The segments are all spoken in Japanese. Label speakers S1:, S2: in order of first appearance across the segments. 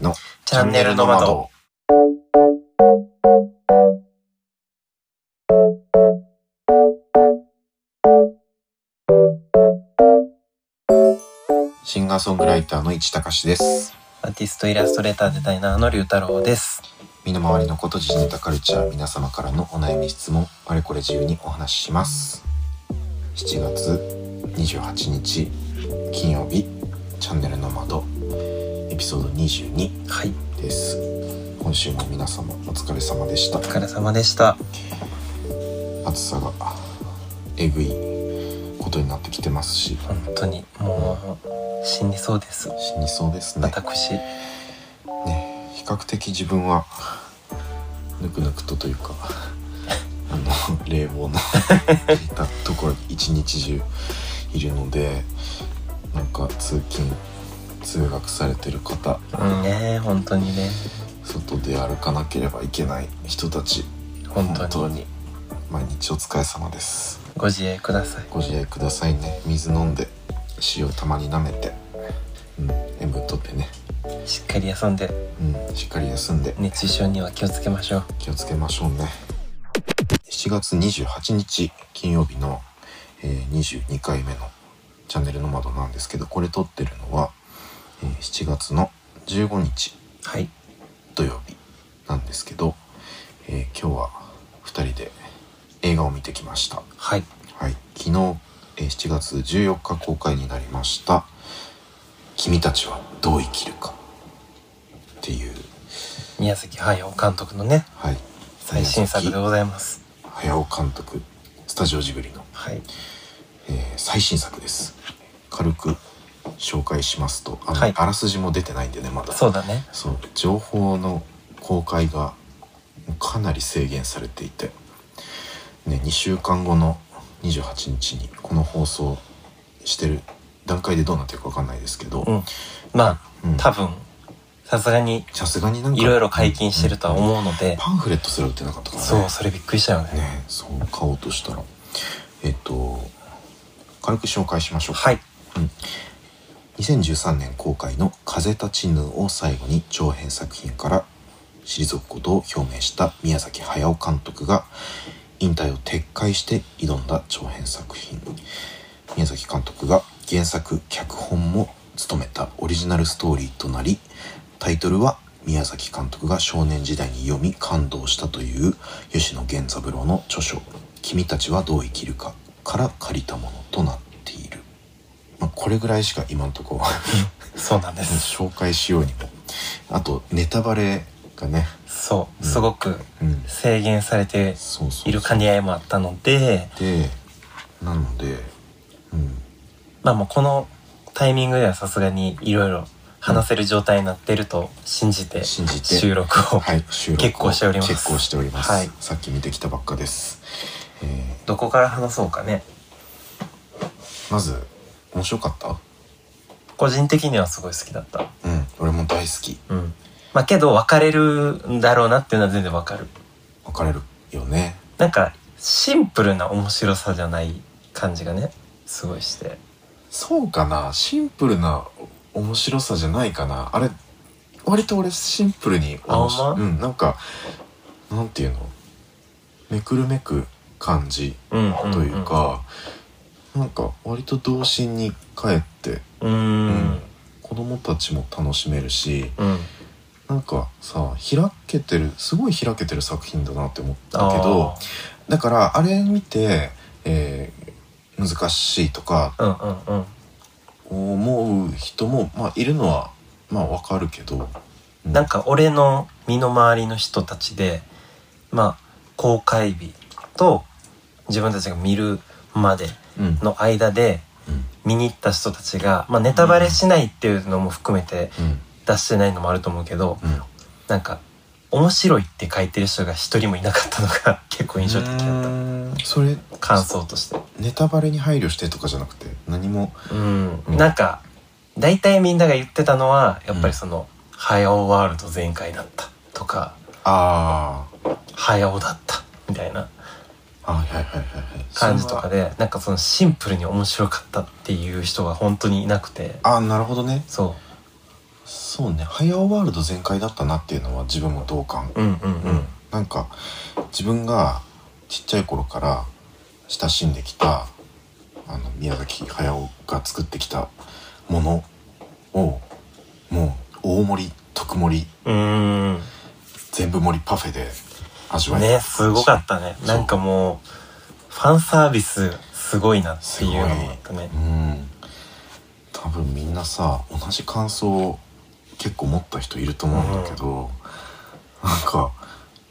S1: の
S2: チャンネルの窓。
S1: シンガーソングライターの市隆です。
S2: アーティストイラストレーターデザイナーの龍太郎です。
S1: 身の回りのこと、時事ネタ、カルチャー、皆様からのお悩み、質問、あれこれ自由にお話しします。7月28日、金曜日、チャンネルの窓、エピソード22
S2: はい、
S1: です。今週も皆様お疲れ様でした
S2: お。疲れ様でした。
S1: 暑さがえぐいことになってきてますし、
S2: 本当にもう死にそうです。
S1: 死にそうですね。
S2: 私、
S1: ね比較的自分はぬくぬくとというか あの冷房の効いたところに一日中いるのでなんか通勤通学されてる方
S2: うんね、本当にね、
S1: 外で歩かなければいけない人たち
S2: 本当に
S1: 毎日お疲れ様です
S2: ご自愛ください。
S1: ご自愛くださいね水飲んで塩たまに舐めて、うん、塩分とってね、
S2: しっかり休んで
S1: うん、しっかり休んで
S2: 熱中症には気をつけましょう。
S1: 気をつけましょうね7月28日金曜日の、えー22回目のチャンネルの窓なんですけどこれ撮ってるのは、えー7月の15日
S2: はい、
S1: 土曜日なんですけど、えー今日は2人で映画を見てきました、
S2: はい、
S1: はい、昨日、えー7月14日公開になりました「君たちはどう生きるか」っていう、
S2: 宮崎駿監督のね、
S1: はい、
S2: 最新作でございます。
S1: 早尾監督スタジオジブリの、
S2: はい、
S1: えー最新作です軽く紹介しますとあの、
S2: はい
S1: あらすじも出てないんでねまだ
S2: そうだね。
S1: そう情報の公開がかなり制限されていて、ね、2週間後の28日にこの放送してる段階でどうなってるか分かんないですけ
S2: う
S1: ど
S2: ん、まあ、
S1: うん
S2: 多分さすがに
S1: さすがになんか
S2: いろいろ解禁してるとは
S1: うん
S2: 思うので、
S1: パンフレットすら売ってなかったからね
S2: そう、それびっくりしたよね。
S1: ねそう買おうとしたらえっと軽く紹介しましょうか
S2: はい、
S1: 2013年公開の「風立ちぬ」を最後に長編作品から退くことを表明した宮崎駿監督が引退を撤回して挑んだ長編作品宮崎監督が原作脚本も務めたオリジナルストーリーとなりタイトルは宮崎監督が少年時代に読み感動したという吉野源三郎の著書「君たちはどう生きるか」から借りたものとなっている、まあ、これぐらいしか今のところ
S2: そうなんです。
S1: 紹介しようにもあとネタバレがね、
S2: そう、
S1: うん
S2: すごく
S1: うん、
S2: 制限されて
S1: そうそうそう
S2: いる兼ね合いもあったので、
S1: でなのでうん
S2: まあもうこのタイミングではさすがにいろいろ話せる状態になってると信じて
S1: 信じて
S2: 収録を、
S1: はい、収録を
S2: 結構しております
S1: 結構しております
S2: はい
S1: さっき見てきたばっかです、え
S2: どこから話そうかね。
S1: ーまず面白かった
S2: 個人的にはすごい好きだった。
S1: うん俺も大好き
S2: うん。まあけど別れるんだろうなっていうのは全然わかる。
S1: 別れるよね
S2: なんかシンプルな面白さじゃない感じがね、すごいして。
S1: そうかなシンプルな面白さじゃないかなあれ割と俺シンプルに面白
S2: あほんま
S1: うんなんかなんていうのめくるめく感じ
S2: うん、んん
S1: という。か、なんか割と童心に帰って、
S2: うん。う
S1: うん
S2: ん。
S1: 子供たちも楽しめるし
S2: うん。
S1: なんかさ開けてるすごい開けてる作品だなって思った
S2: あー
S1: けどだからあれ見て、えー難しいとか
S2: うんうんうん。
S1: 思う人も、まあ、いるのはまあわかるけど、う
S2: なんか俺の身の回りの人たちで、まあ、公開日と自分たちが見るまで
S1: うん
S2: の間で
S1: うん
S2: 見に行った人たちが、まあ、ネタバレしないっていうのも含めて
S1: うん
S2: 出してないのもあると思うけど、
S1: うん
S2: なんか、面白いって書いてる人が一人もいなかったのが 結構印象的
S1: う
S2: だっ
S1: ーんそれ
S2: た。感想として。
S1: ネタバレに配慮してとかじゃなくて何も
S2: うん。
S1: うん
S2: なんか、大体みんなが言ってたのは、やっぱりその、早尾ワールド全開だったとか、
S1: あー
S2: 早尾だったみたいな。
S1: あはいはいはいはいはい
S2: 感じとかでなんかそのシンプルに面白かったっていう人が本当にいなくて
S1: ああなるほどね
S2: そ
S1: そうね「ハヤオワールド」全開だったなっていうのは自分も同感、
S2: うんうんうん
S1: なんか自分がちっちゃい頃から親しんできたあの宮崎駿が作ってきたものをもう大盛り特盛り
S2: うーん
S1: 全部盛りパフェで味わえ
S2: ねすごかったね
S1: そう
S2: なんかもうファンサービスすごいなっていうのもあったね
S1: うん多分みんなさ同じ感想を結構持った人いると思うんだけど、なんか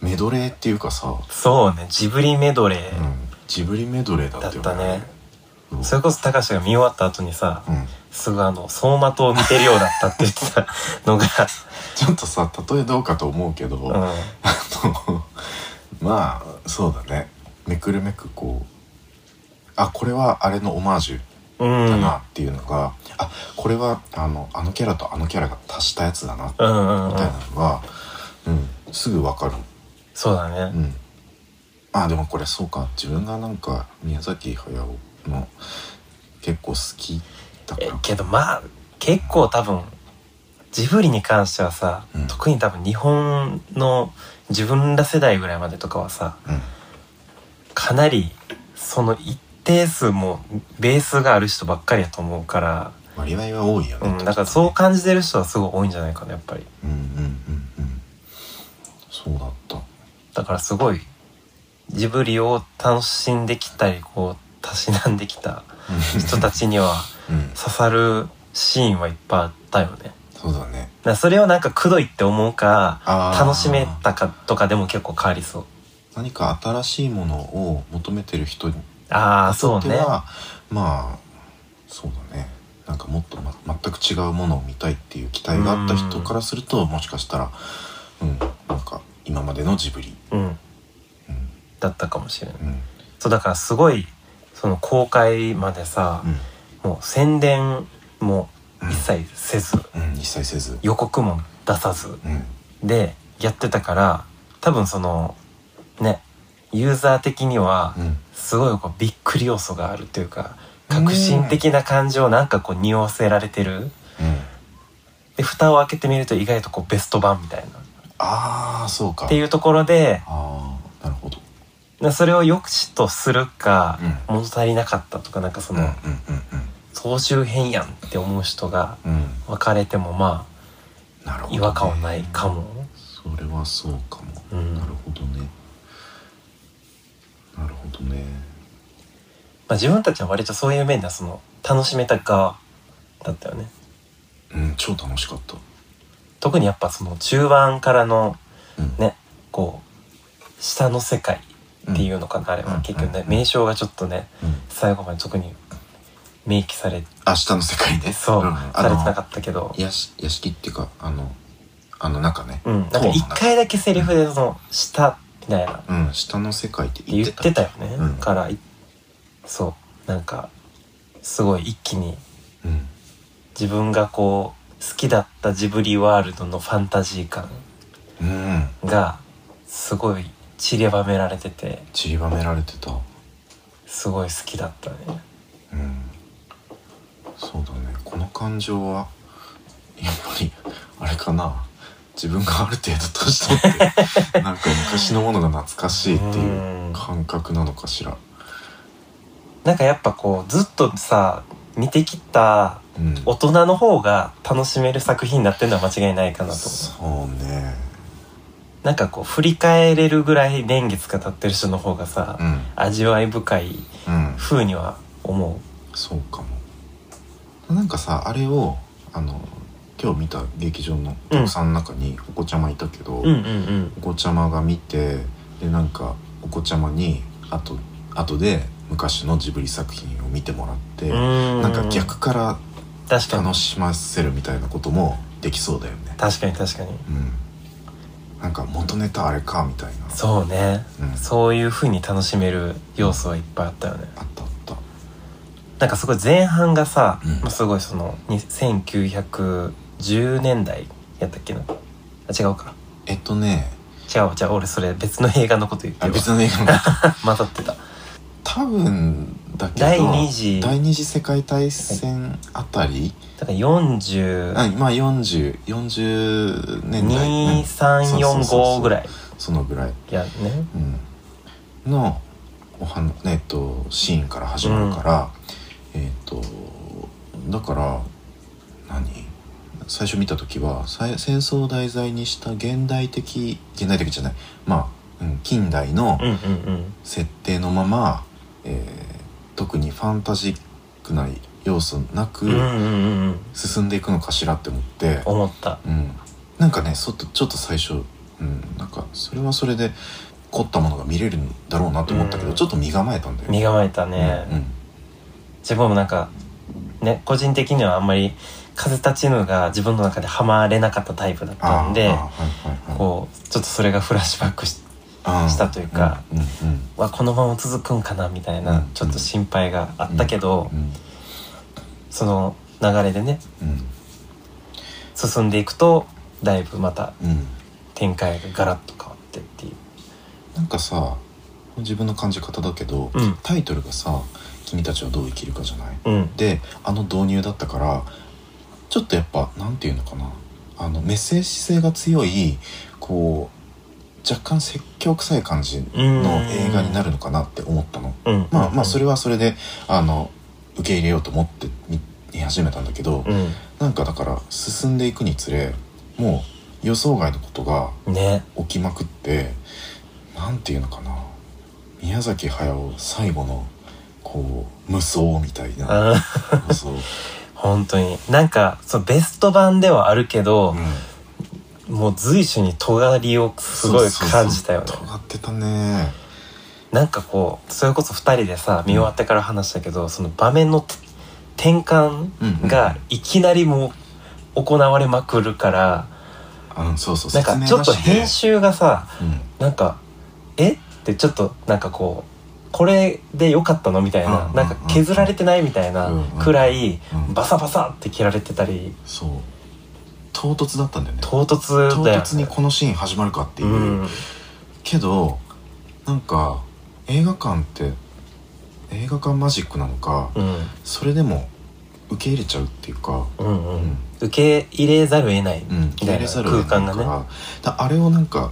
S1: メドレーっていうかさ、
S2: そうねジブリメドレ
S1: う
S2: ー
S1: ん、ジブリメドレーだっ
S2: だった
S1: よ
S2: たね、
S1: うん
S2: それこそ高橋が見終わった後にさ、
S1: うん、
S2: すぐあの走馬灯を見てるようだったって言ってたのが、
S1: ちょっとさ例えどうかと思うけど、
S2: う
S1: あ
S2: ん、
S1: の まあそうだねめくるめくこうあこれはあれのオマージュ
S2: うん
S1: だなっていうのが、あこれはあのあのキャラとあのキャラが足したやつだなみ
S2: うんうんう
S1: たい
S2: ん
S1: なのが、うん、すぐわかる
S2: そうだ
S1: う
S2: ね
S1: ん、あでもこれそうか自分がなんか宮崎駿の結構好きだか
S2: え
S1: ら
S2: けどまあ結構多分ジブリに関してはさ、
S1: うん
S2: 特に多分日本の自分ら世代ぐらいまでとかはさ
S1: うん
S2: かなりその一定数もうベースがある人ばっかりやと思うから、
S1: 割合は多いよ
S2: う
S1: ね、
S2: ん、だからそう感じてる人はすごい多いんじゃないかなやっぱり
S1: うんうんうんうんそうだった
S2: だからすごいジブリを楽しんできたりこうたしなんできた人たちに は
S1: うん
S2: 刺さるシーンはいっぱいあったよねだか
S1: そうだね
S2: らそれをなんかくどいって思うか
S1: あー
S2: 楽しめたかとかでも結構変わりそう
S1: 何か新しいものを求めてる人に
S2: ああ
S1: と
S2: そ
S1: っ
S2: う
S1: て
S2: ね
S1: はまあそうだねなんかもっと、ま、全く違うものを見たいっていう期待があった人からするともしかしたらうんなんか今までのジブリ、
S2: うん
S1: うん
S2: だったかもしれない
S1: うん
S2: そうだからすごいその公開までさ、
S1: うん
S2: もう宣伝も
S1: うん
S2: 一切せず、
S1: うん、一切せず。
S2: 予告も出さず
S1: うん。
S2: でやってたから多分そのねユーザー的には
S1: うん。
S2: すごいこうびっくり要素があるというか革新的な感じをなんかこう匂わせられてる
S1: うん。
S2: で蓋を開けてみると意外とこうベスト版みたいなっ
S1: ああ、そうか。
S2: ていうところで
S1: ああ、なるほど。
S2: なそれを良しとするか、
S1: う
S2: 物足りなかったとかなんかそ
S1: うんう
S2: の、
S1: んうん
S2: 総集編やんって思う人が
S1: うん。うん。
S2: 分かれてもま
S1: なるほ
S2: あ
S1: ど、ね。
S2: 違和感はないか。も。
S1: それはそうかも。
S2: うん
S1: なるほどね。なるほどね。
S2: まあ、自分たちは割とそういう面ではその楽しめた側だったよね
S1: うん、超楽しかった。
S2: 特にやっぱその中盤からの
S1: うん。
S2: ねこう下の世界っていうのかな、あれ
S1: うん
S2: は結局ね、
S1: うん
S2: 名称がちょっとね
S1: うん。
S2: 最後まで特に明記され
S1: 明日の世界ね。
S2: そう、
S1: ん、
S2: されてなか
S1: っ
S2: ったけど
S1: た。屋敷、屋敷っていうか、あの、あの中ね。
S2: うんなんか一回だけセリフでその「下」みたいな
S1: うん、下の世界って言
S2: 言
S1: っ
S2: って
S1: た。
S2: てたよね、
S1: うん
S2: からいそうなんかすごい一気に
S1: うん。
S2: 自分がこう好きだったジブリワールドのファンタジー感
S1: うん。
S2: がすごい散りばめられてて
S1: 散りばめられてた。
S2: すごい好きだったね
S1: うんそうだねこの感情はやっぱりあれかな自分がある程度年取ってなんか昔のものが懐かしいっていう感覚なのかしら
S2: なんかやっぱこうずっとさ見てきた
S1: うん
S2: 大人の方が楽しめる作品になってるのは間違いないかなと思
S1: そ
S2: う
S1: うね
S2: なんかこう振り返れるぐらい年月が経ってる人の方がさ、
S1: うん
S2: 味わい深い
S1: うん
S2: 風には思
S1: そうかもなんかさあれをあの今日見た劇場のお客さんの中にお子ちゃまいたけど、
S2: ううんうんうん
S1: お子ちゃまが見てでなんかお子ちゃまにあと後で昔のジブリ作品を見てもらって、
S2: な
S1: なんか逆から
S2: 確かに
S1: 楽しませるみたいなこともできそうだよね、
S2: 確かに確かに
S1: うん、なんか元ネタあれかみたいな
S2: そうね、
S1: うん
S2: そういう風に楽しめる要素はいっぱいあったよね
S1: あったあった
S2: なんかすごい前半がさ、
S1: うん
S2: まあすごいそのに1910年代やったっけなあ違うか
S1: えっとね
S2: 違うわ じゃあ俺それ別の映画のこと言って
S1: あ
S2: るわ
S1: 別の映画の
S2: 混ざってた
S1: 多分だけど
S2: 第二次
S1: 第二次世界大戦あたり、
S2: だから40、
S1: あまあ4040 40年代、うん
S2: 2345ぐらい
S1: そのぐらい、
S2: やね
S1: うん、のおはな、えっと、シーンから始まるから、えっとだから何最初見た時はさい戦争を題材にした現代的現代的じゃないまあ、うん、近代の
S2: うんうんうん
S1: 設定のまま、えー特にファンタジックな要素なく
S2: うんうんうんうん
S1: 進んでいくのかしらって思って。
S2: 思った
S1: うん、なんかねそっとちょっと最初、うん、なんかそれはそれで凝ったものが見れるんだろうなと思ったけど、
S2: うん
S1: ちょっと身構えたんだよ
S2: 身構えたね、
S1: うんうん
S2: 自分もなんかね個人的にはあんまり風立ちぬが自分の中でハマれなかったタイプだったんで
S1: あーあーはいはいはい
S2: こうちょっとそれがフラッシュバックし
S1: あー
S2: したというか
S1: うんうん
S2: わこのまま続くんかなみたいな、
S1: うん
S2: ちょっと心配があったけど、
S1: うん
S2: その流れでね
S1: うん
S2: 進んでいくとだいぶまた
S1: うん
S2: 展開がガラッと変わってっていう
S1: なんかさ自分の感じ方だけど、
S2: うん
S1: タイトルがさ「君たちはどう生きるか」じゃない、
S2: うん
S1: であの導入だったからちょっとやっぱなんていうのかなあのメッセージ性が強いこう若干説教臭い感じの映画になるのかなって思ったの。
S2: うん
S1: まあまあそ
S2: れ
S1: れはそれであの受け入れようと思って見見始めたんだけど、
S2: う
S1: なんかだから進んでいくにつれもう予想外のことが
S2: んね
S1: 起きまくってなんていうのかな宮崎駿最後のこう無双みたいな。
S2: うん
S1: そう。
S2: 本当になんかそうベスト版ではあるけど、
S1: う
S2: もう随所に尖りを
S1: ん
S2: すごい感じたよね
S1: そうそうそう尖ってたね。
S2: なんかこうそれこそ2人でさ見終わってから話したけど、その場面のて転換がいきなりもう行われまくるから、
S1: うん、そうそう。
S2: なんかちょっと編
S1: 集。
S2: 集がさ
S1: うん。
S2: なんか「えっ?」てちょっとなんかこうこれで良かったのみたいな、
S1: うん
S2: なんか削られてないみたいな
S1: うん
S2: くらい、
S1: うん
S2: バサバサって切られてたり
S1: そう。唐突だったんだよね。
S2: 唐突
S1: 唐
S2: だよね
S1: 突にこのシーン始まるかっていうう。
S2: ん、
S1: けど、なんか映画館って映画館マジックなのか、
S2: うん
S1: それでも受け入れちゃうっていうか。
S2: うんう
S1: うんん、
S2: 受け入れざるを得ない
S1: うん、
S2: み
S1: 受け
S2: た
S1: 入
S2: い
S1: れ
S2: な
S1: ざるを
S2: 空
S1: 得ない
S2: 間
S1: か
S2: が
S1: ら
S2: ね
S1: だあれをなんか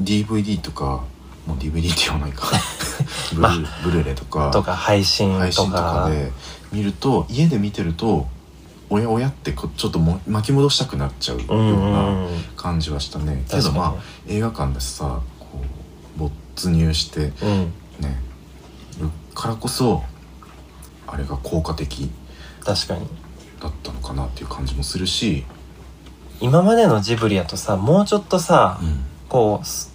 S1: DVD とかもう DVD って言わない かブル,、
S2: まあ
S1: ブルーレイとか
S2: とか配信
S1: 配
S2: と
S1: 信と
S2: か
S1: かで見ると家で見てるとおやおやってこちょっとも巻き戻したくなっちゃうよ
S2: うん
S1: う
S2: う
S1: なん感じはしたね、け
S2: 確か
S1: ど
S2: に
S1: まあ映画館でさこう没入して
S2: うん
S1: ねるからこそあれが効果的
S2: 確かに
S1: だったのかなっていう感じもするし、
S2: 今までのジブリやとさもうちょっとさ、こうす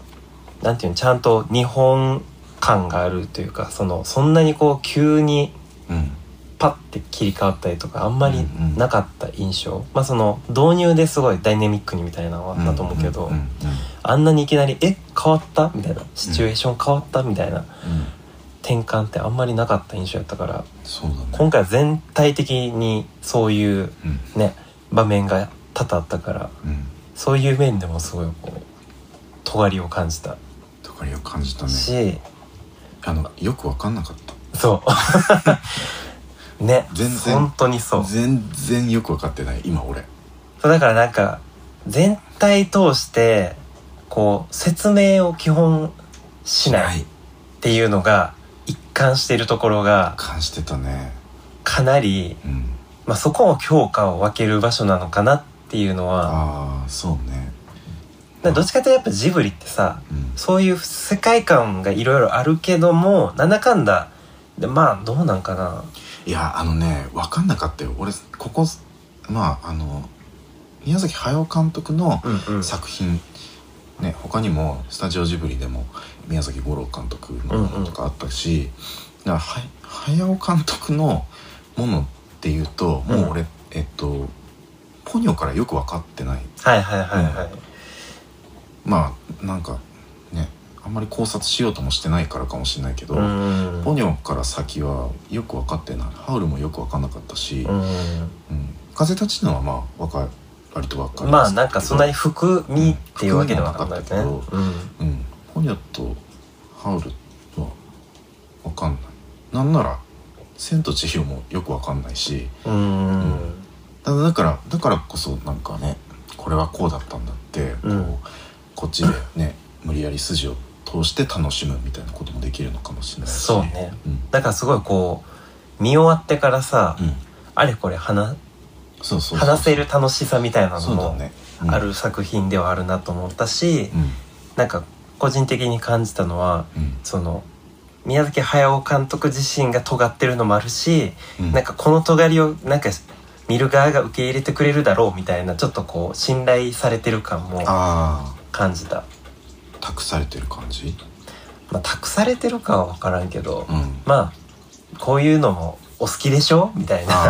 S2: なんていうのちゃんと日本感があるというかそのそんなにこう急に
S1: うんうん
S2: パッて切り替わったりとかあんまり
S1: うんうん
S2: なかった印象、まあその導入ですごいダイナミックにみたいなのはあったと思うけど、
S1: んんうん
S2: あんなにいきなり「え変わった?」みたいなシチュエーション変わったみたいな
S1: うん
S2: 転換ってあんまりなかった印象やったから
S1: そうだね
S2: 今回は全体的にそういう
S1: うん
S2: ね場面が多々あったから
S1: うん
S2: そういう面でもすごいこう尖りを感じた
S1: だからよく感じたね
S2: し
S1: あのよく分かんなかった
S2: そう ね
S1: 全然
S2: 本当にそう
S1: 全然よく分かってない今俺
S2: そうだからなんか全体通してこう説明を基本しないっていうのが一貫しているところが
S1: 感じてたね
S2: かなり、
S1: うん
S2: まあ、そこを評価を分ける場所なのかなっていうのは
S1: ああそうね
S2: だからどっちかというとやっぱジブリってさ
S1: うん
S2: そういう世界観がいろいろあるけどもなんだかんだでまあどうなんかない
S1: やあのね分かんなかったよ俺ここまああの宮崎駿監督の
S2: うんうん
S1: 作品、ね他にもスタジオジブリでも宮崎吾郎監督のものとかあったし、だからは駿監督のものっていうともう俺、えっとポニョからよく分かってない
S2: はいはいはいはい、
S1: まあなんかねあんまり考察しようともしてないからかもしれないけど、
S2: うん
S1: ポニョから先はよく分かってないハウルもよく分かんなかったし、
S2: うん
S1: うん風立ちぬはまあわか割と分かり
S2: ま
S1: す
S2: あ
S1: けど
S2: なんかそんなに含みっていうわけではなかったですね、
S1: 含みはなか
S2: うん、
S1: うん、ポニョとハウルは分かんないなんなら千と千尋」もよくわかんないし
S2: うんうん
S1: ただだからだからこそなんかねこれはこうだったんだって、
S2: うん
S1: こうこっちでね無理やり筋を通して楽しむみたいなこともできるのかもしれないし
S2: そうね
S1: うん
S2: だからすごいこう見終わってからさ、
S1: うん
S2: あれこれ話
S1: そうそうそう
S2: 話せる楽しさみたいなの
S1: そうだ
S2: も
S1: ね、うん
S2: ある作品ではあるなと思ったし、
S1: うん
S2: なんか個人的に感じたのは
S1: うん
S2: その宮崎駿監督自身が尖ってるのもあるし、
S1: うん
S2: なんかこの尖りをなんか見る側が受け入れてくれるだろうみたいなちょっとこう信頼されてる感も
S1: あ
S2: 感じた、
S1: あ託されてる感じ
S2: まあ、託されてるかは分からんけど、
S1: うんあ
S2: まあこういうのもお好きでしょみたい
S1: ああ
S2: な
S1: ああ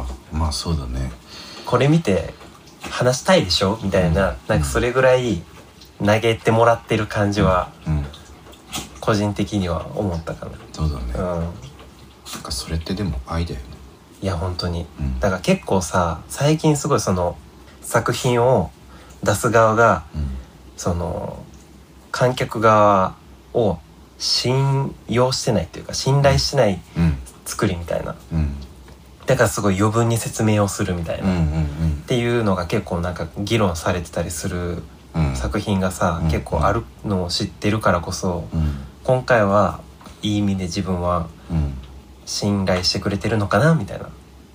S1: ああまあそうだね
S2: これ見て話したいでしょみたいななんかそれぐらい投げてもらってる感じは
S1: うん
S2: 個人的には思ったか
S1: そうだね、
S2: なうん
S1: なんかそれってでも愛だよね
S2: いや本当に
S1: うん
S2: だから結構さ最近すごいその作品を出す側が
S1: うん
S2: その観客側を信用してないというか信頼してない
S1: うん
S2: 作りみたいな
S1: うん
S2: だからすごい余分に説明をするみたいな、
S1: うん
S2: っ
S1: うん
S2: ていうのが結構なんか議論されてたりする
S1: うんうん
S2: 作品がさ、
S1: うん
S2: 結構あるのを知ってるからこそ
S1: うん
S2: 今回はいい意味で自分は
S1: うん
S2: 信頼してくれてるのかなみたいな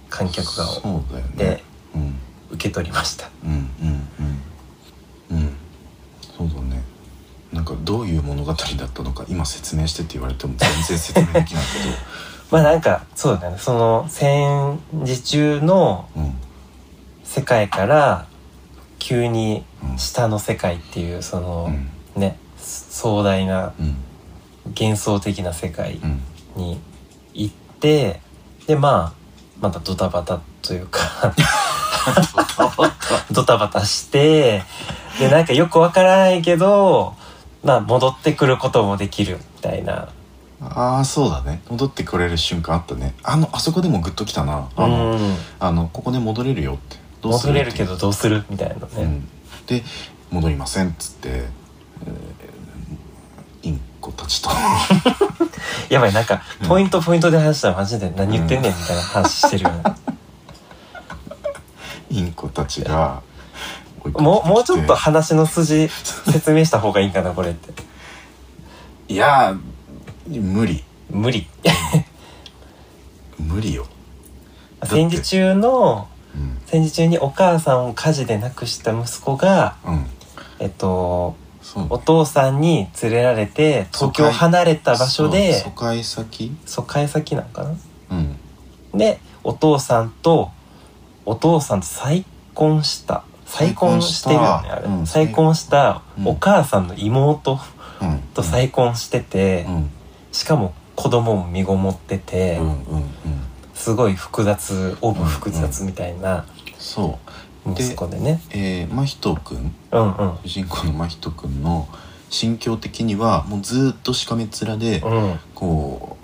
S2: 観客側を
S1: そうだよね
S2: で
S1: うん
S2: 受け取りました
S1: うんうんうんうんそうだねなんかどういう物語だったのか今説明してって言われても全然説明できない
S2: まあなんかそうだねその戦時中の
S1: け どうん
S2: 世界から急に
S1: うん
S2: 下の世界っていうその
S1: うん
S2: ね壮大な
S1: うん
S2: 幻想的な世界
S1: うん
S2: に行ってでまあまたドタバタというか ドタバタしてでなんかよくわからないけどまあ戻ってくることもできるみたいな
S1: ああそうだね戻ってくれる瞬間あったねあのあそこでもグッときたなあの,、
S2: うん
S1: あのここで戻れるよってどうす
S2: 戻
S1: る
S2: れるけ
S1: って
S2: どどうするみたいな
S1: う
S2: ね、
S1: ん、で戻りませんっつって、えーインコたちと
S2: やばいなんか
S1: うん
S2: ポイントポイントで話したらマジで何言ってんねんみたいな話してるよね、
S1: インコたちが追いかけてきて
S2: もうもうちょっと話 の筋説明した方がいいんかなこれって
S1: いやー無理
S2: 無理
S1: 無理よ、って
S2: 戦時中の
S1: うん
S2: 戦時中にお母さんを火事で亡くした息子が
S1: うん、
S2: えっと、
S1: そうね
S2: お父さんに連れられて東京を離れた場所で
S1: そう疎開先
S2: 疎開先なのかな
S1: うん
S2: でお父さんとお父さんと再婚した再婚してるよね
S1: 再婚した
S2: あ
S1: う
S2: れ、
S1: んう
S2: 再婚した
S1: ん
S2: お母さんの妹
S1: うん
S2: と再婚してて、
S1: うん
S2: しかも子供も身ごもってて、
S1: うんうんうん
S2: すごい複雑オブ複雑みたいな
S1: そうで
S2: 息子でね、
S1: えー、真人くん
S2: うんうん
S1: 主人公の真人くんの心境的にはもうずーっとしかめ面で、
S2: うん
S1: こ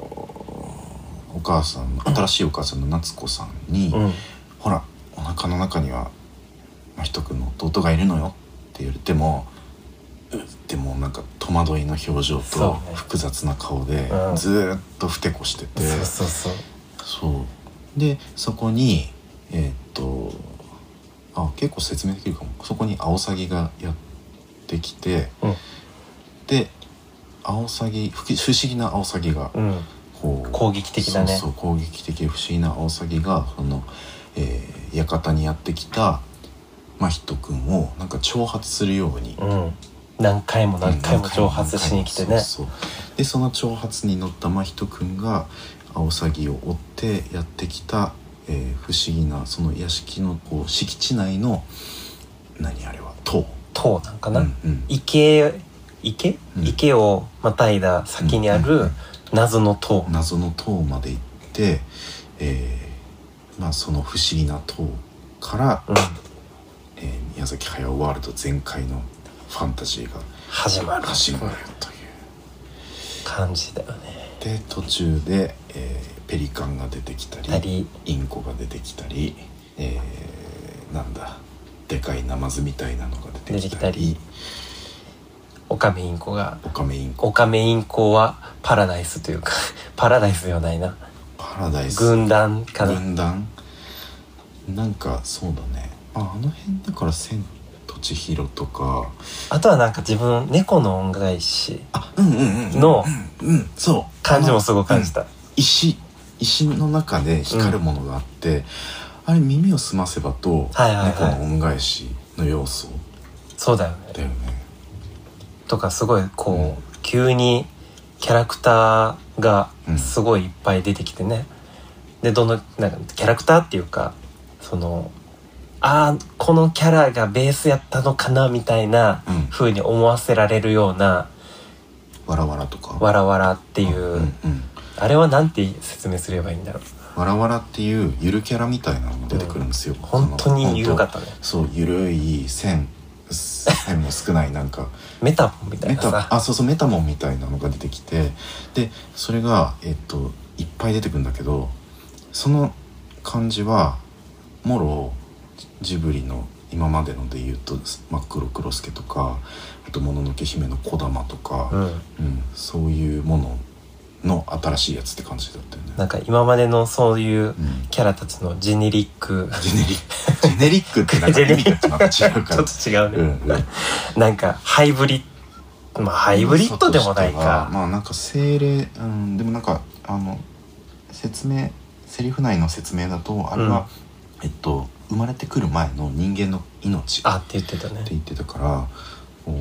S1: うお母さんの新しいお母さんの夏子さんに「
S2: うん
S1: ほらお腹の中には真人君の弟がいるのよ」って言われてもうでもなんか戸惑いの表情
S2: そう
S1: と
S2: ね
S1: 複雑な顔で
S2: うん
S1: ずーっとふてこしてて、
S2: そうそうそう
S1: そうでそこにえーっとあ結構説明できるかもそこにアオサギがやってきて、
S2: うん
S1: でアオサギ不不思議なアオサギが
S2: うん
S1: こう
S2: 攻撃的だね
S1: そうそう攻撃的で不思議なアオサギがその、えー館にやってきた真人君をなんか挑発するように
S2: うん何回も何回も
S1: うん
S2: 挑発しに来てね
S1: そうそうでその挑発に乗った真人君がアオサギを追ってやってきた、えー不思議なその屋敷のこう敷地内の何あれは塔
S2: 塔なん
S1: か
S2: かな、
S1: うんうん、
S2: 池池、
S1: うん
S2: 池をまたいだ先にあ
S1: うんう
S2: る
S1: ん
S2: 謎の塔、
S1: 謎の塔まで行って、えーまあ、その不思議な塔から、
S2: うん
S1: えー宮崎駿ワールド全開のファンタジーが
S2: 始まる
S1: 始まるという。
S2: 感じだよね
S1: で途中で、えーペリカンが出てきたり
S2: たり
S1: インコが出てきたり、えーなんだでかいナマズみたいなのが出てきた
S2: 出て
S1: り
S2: きオカメインコが
S1: オカメインコ
S2: オカメインコはパラダイスというかパラダイスではないな
S1: パパラダイス
S2: 軍団かな
S1: 軍団なんかそうだねああの辺だから「千と千尋」とか
S2: あとはなんか自分猫の恩返し
S1: あうんうんうん
S2: の
S1: うん、うん、そう
S2: 感じもすごく感じ
S1: あのうん
S2: た
S1: 石石の中で光るものがあって、あれ耳を澄ませばと
S2: はいはいはい
S1: 猫の恩返しの要素
S2: そうだよね
S1: だよね、
S2: とかすごいこう、
S1: うん
S2: 急にキャラクターが
S1: うん
S2: すごいいっぱい出てきてね、でどのなんかキャラクターっていうかそのあーこのキャラがベースやったのかなみたいな
S1: うん
S2: 風に思わせられるような
S1: わらわらと
S2: 「
S1: か
S2: わらわら」っていう、
S1: うんうん
S2: あれはなんて説明すればいいんだろう
S1: わらわらっていうゆるキャラみたいなのも出てくるんですよ、
S2: 本当に緩か
S1: っ
S2: ったね
S1: たそうゆるい線線も少ないなんか
S2: メタボみた
S1: メ
S2: いなさ
S1: タあそうそうメタモンみたいなのが出てきてでそれが、えっと、いっぱい出てくるんだけどその感じはもろジブリの今までので言うと「真っ黒クロスケ」とかあと「もののけ姫の小玉」と
S2: う
S1: か、
S2: ん、
S1: うんそういうものの新しいやつって感じだったよね。
S2: なんか今までのそういう
S1: うん
S2: キャラたちのジェネリック
S1: ジェネリックジェネリックってなんか
S2: ジェネ
S1: 意
S2: リ
S1: 味がちょっと違うか
S2: ちょ
S1: ら
S2: っ。と違うね、
S1: うんうん
S2: なんかハイブリッドまあハイブリッドでもないか、
S1: まあなんか精霊、うん、でもなんかあの説明セリフ内の説明だとあれは、えっと生まれてくる前の人間の命って
S2: あって言ってたね
S1: 言ってたからお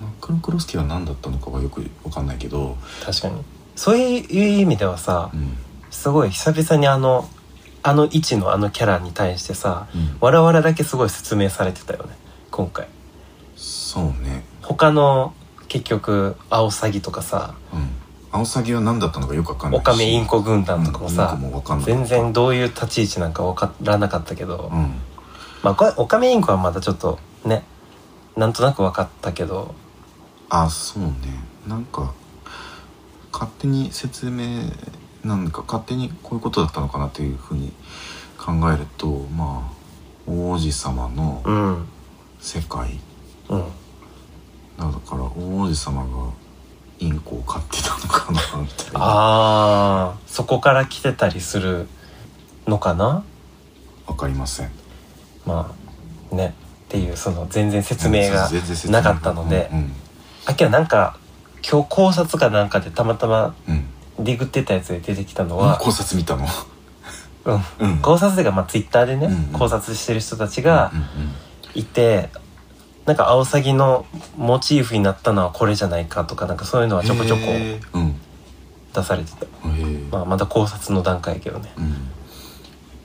S1: マクロクロスケは何だったのかはよくわかんないけど、
S2: 確かにそういう意味ではさ
S1: うん
S2: すごい久々にあのあの位置のあのキャラに対してさ
S1: うん
S2: わらわらだけすごい説明されてたよね今回
S1: そうね、
S2: 他の結局アオサギとかさ
S1: うん、アオサギは何だったのかよくわかんない
S2: オ
S1: し
S2: カメインコ軍団とかもさ、
S1: うんインコもわかんない
S2: 全然どういう立ち位置なんか分からなかったけど、
S1: うん
S2: まあこれオカメインコはまだちょっとねなんとなく分かったけど
S1: あそうねなんか勝手に説明なんか勝手にこういうことだったのかなっていうふうに考えるとまあ王子様の
S2: うん
S1: 世界
S2: うん
S1: だから王子様がインコを飼ってたのかなみたいな
S2: ああそこから来てたりするのかな
S1: わかりません
S2: まあねっていうその全然説明が
S1: 全然説明が
S2: なかったので
S1: うん
S2: あきはなんか今日考察かなんかでたまたま
S1: うん、うん
S2: ディグってたやつで出てきたの
S1: うん
S2: は、
S1: 考察見たの
S2: うん、
S1: うん
S2: 考察というか、まあ、ツイッターでね、
S1: うんうん
S2: 考察してる人たち
S1: が
S2: がいて、なんかアオサギのモチーフになったのはこれじゃないかとかなんかそういうのはちょこちょこ
S1: へーうん
S2: 出されてた、
S1: へー
S2: まあ、まだ考察の段階やけどね
S1: うん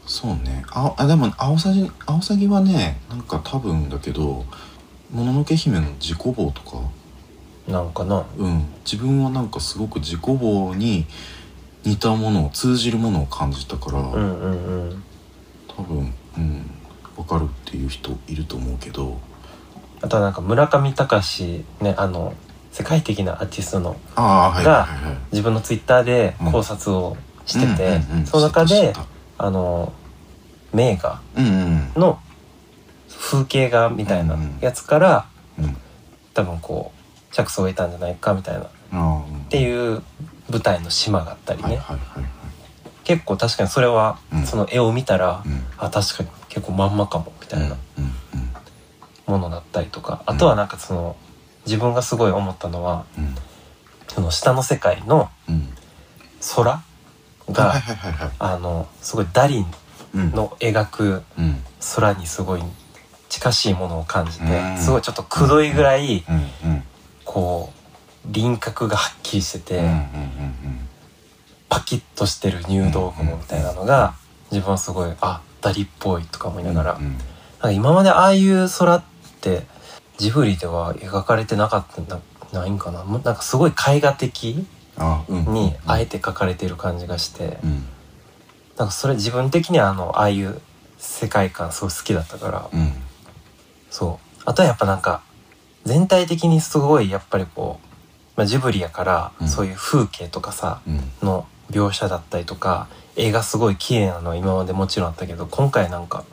S1: そうねああでもアオサギアオサギはねなんか多分だけど「もののけ姫」の自己棒とか、
S2: なんかな
S1: うん、自分はなんかすごく自己棒に似たものを通じるものを感じたから、
S2: うんうんうん
S1: 多分、うん、分かるっていう人いると思うけど
S2: あとはなんか村上隆ねあの世界的なアーティストの
S1: ああはいはい
S2: が
S1: はい
S2: 自分のツイッターで考察をしてて、
S1: うんうんうん
S2: その中
S1: 知っ
S2: で
S1: た知っ
S2: あの名画
S1: たうんうん
S2: の風景画みたいな
S1: うんうん
S2: やつから
S1: うん
S2: 多分こう着想を得たんじゃないかみたいなっ
S1: あ
S2: ていう舞台の島があったり
S1: ー
S2: ね、
S1: はいはいはいはい
S2: 結構確かにそれは
S1: うん
S2: その絵を見たら、
S1: うん
S2: あ確かに結構まんまかもみたいな
S1: うんうん
S2: ものだったりとか、
S1: ん
S2: あとはなんかその自分がすごい思ったのは
S1: うん
S2: その下の世界の
S1: うん
S2: 空が、
S1: はいはいはいはい
S2: あのすごいダリン
S1: うん
S2: の描く
S1: うん
S2: 空にすごい近しいものを感じて、
S1: うん
S2: すごいちょっとくどいぐらい
S1: うんうん
S2: こう輪郭がはっきりしてて、
S1: うんうんうんうん
S2: パキッとしてる入道雲みたいなのが自分はすごいあダリっぽいとか思いながら、
S1: うんうん
S2: なんか今までああいう空ってジブリでは描かれてなかったんだないんかなもうなんかすごい絵画的
S1: あうん
S2: にあえて描かれている感じがして
S1: う、ん
S2: なんかそれ自分的にはあのああいう世界観すごい好きだったから、
S1: うん
S2: そうあとはやっぱなんか全体的にすごいやっぱりこう、まあ、ジブリやから、
S1: うん
S2: そういう風景とかさ
S1: うん
S2: の描写だったりとか映画すごい綺麗なのは今までもちろんあったけど今回なんか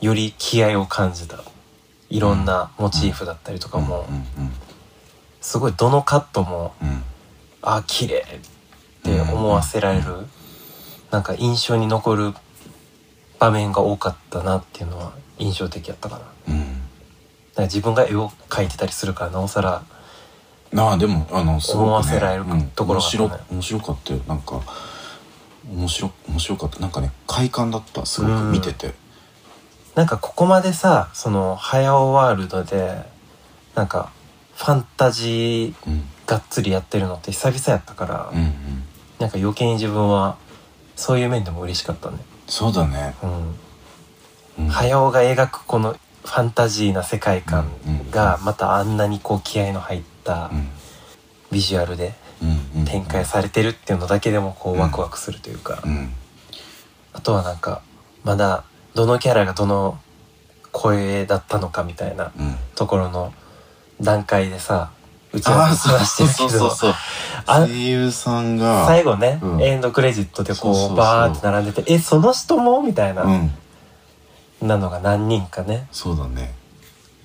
S2: より気合を感じたいろんなモチーフだったりとかも、
S1: うん
S2: すごいどのカットも
S1: うん
S2: ああ綺麗って思わせられるなんか印象に残る場面が多かったなっていうのは印象的やったかな。だか
S1: うん
S2: ら自分が絵を描いてたりするからなおさら
S1: なあでもあのすごく、ね、
S2: 思わせられる
S1: うん
S2: ところ
S1: 面
S2: があった
S1: 白
S2: ね
S1: 面白かったよなんか面白面白かったなんかね快感だったすごく
S2: うん
S1: 見てて、
S2: なんかここまでさその「ハヤオワールド」でなんかファンタジ
S1: うん、うん
S2: ーがっつりやってるのって久々やったから、
S1: うん
S2: なんか余計に自分はそういう面でも嬉しかったね。
S1: そうだね、
S2: うん
S1: うん、
S2: ハヤオが描くこのファンタジーな世界観がまたあんなにこう気合の入った
S1: うん
S2: ビジュアルで
S1: うんうん
S2: 展開されてるっていうのだけでもこ
S1: う
S2: うんワクワクするというか、
S1: うん
S2: あとはなんかまだどのキャラがどの声だったのかみたいな
S1: うん
S2: ところの段階でさうち
S1: あ
S2: は
S1: あ そう
S2: 話して
S1: そう
S2: るけ
S1: そう
S2: ど
S1: そう
S2: あ
S1: 声優さんが
S2: 最後ね、
S1: うん
S2: エンドクレジットでこう
S1: そうそうそう
S2: バーって並んでて「えその人も?」みたいな、
S1: うん
S2: なのが何人かね
S1: そうだね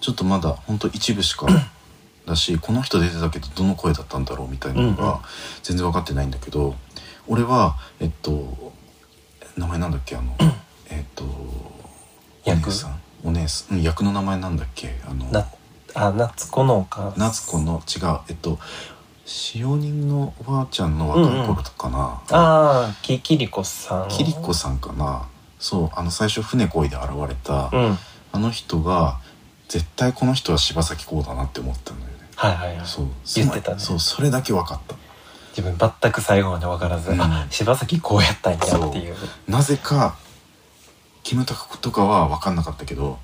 S1: ちょっとまだほんと一部し かだしこの人出てたけどどの声だったんだろうみたいなの
S2: うんうん
S1: が全然分かってないんだけど、俺はえっと名前なんだっけあ のえっとお
S2: 役
S1: 姉さんお姉さん、うん、役の名前なんだっけあの
S2: なあ夏子のおか
S1: 夏子の違うえっと使用人のおばあちゃんの若い頃とかな、
S2: ああきキリコさん
S1: キリコさんかなそうあの最初船こいで現れた、
S2: うんはい
S1: あの人が絶対この人は柴咲コウだなって思ったんだよね
S2: はいはい
S1: そう
S2: 言ってたね
S1: そうそれだけ分かった
S2: 自分全く最後まで分からず、
S1: うん
S2: あ柴咲こうやったんやっていう
S1: なぜかキムタクとかは分かんなかったけど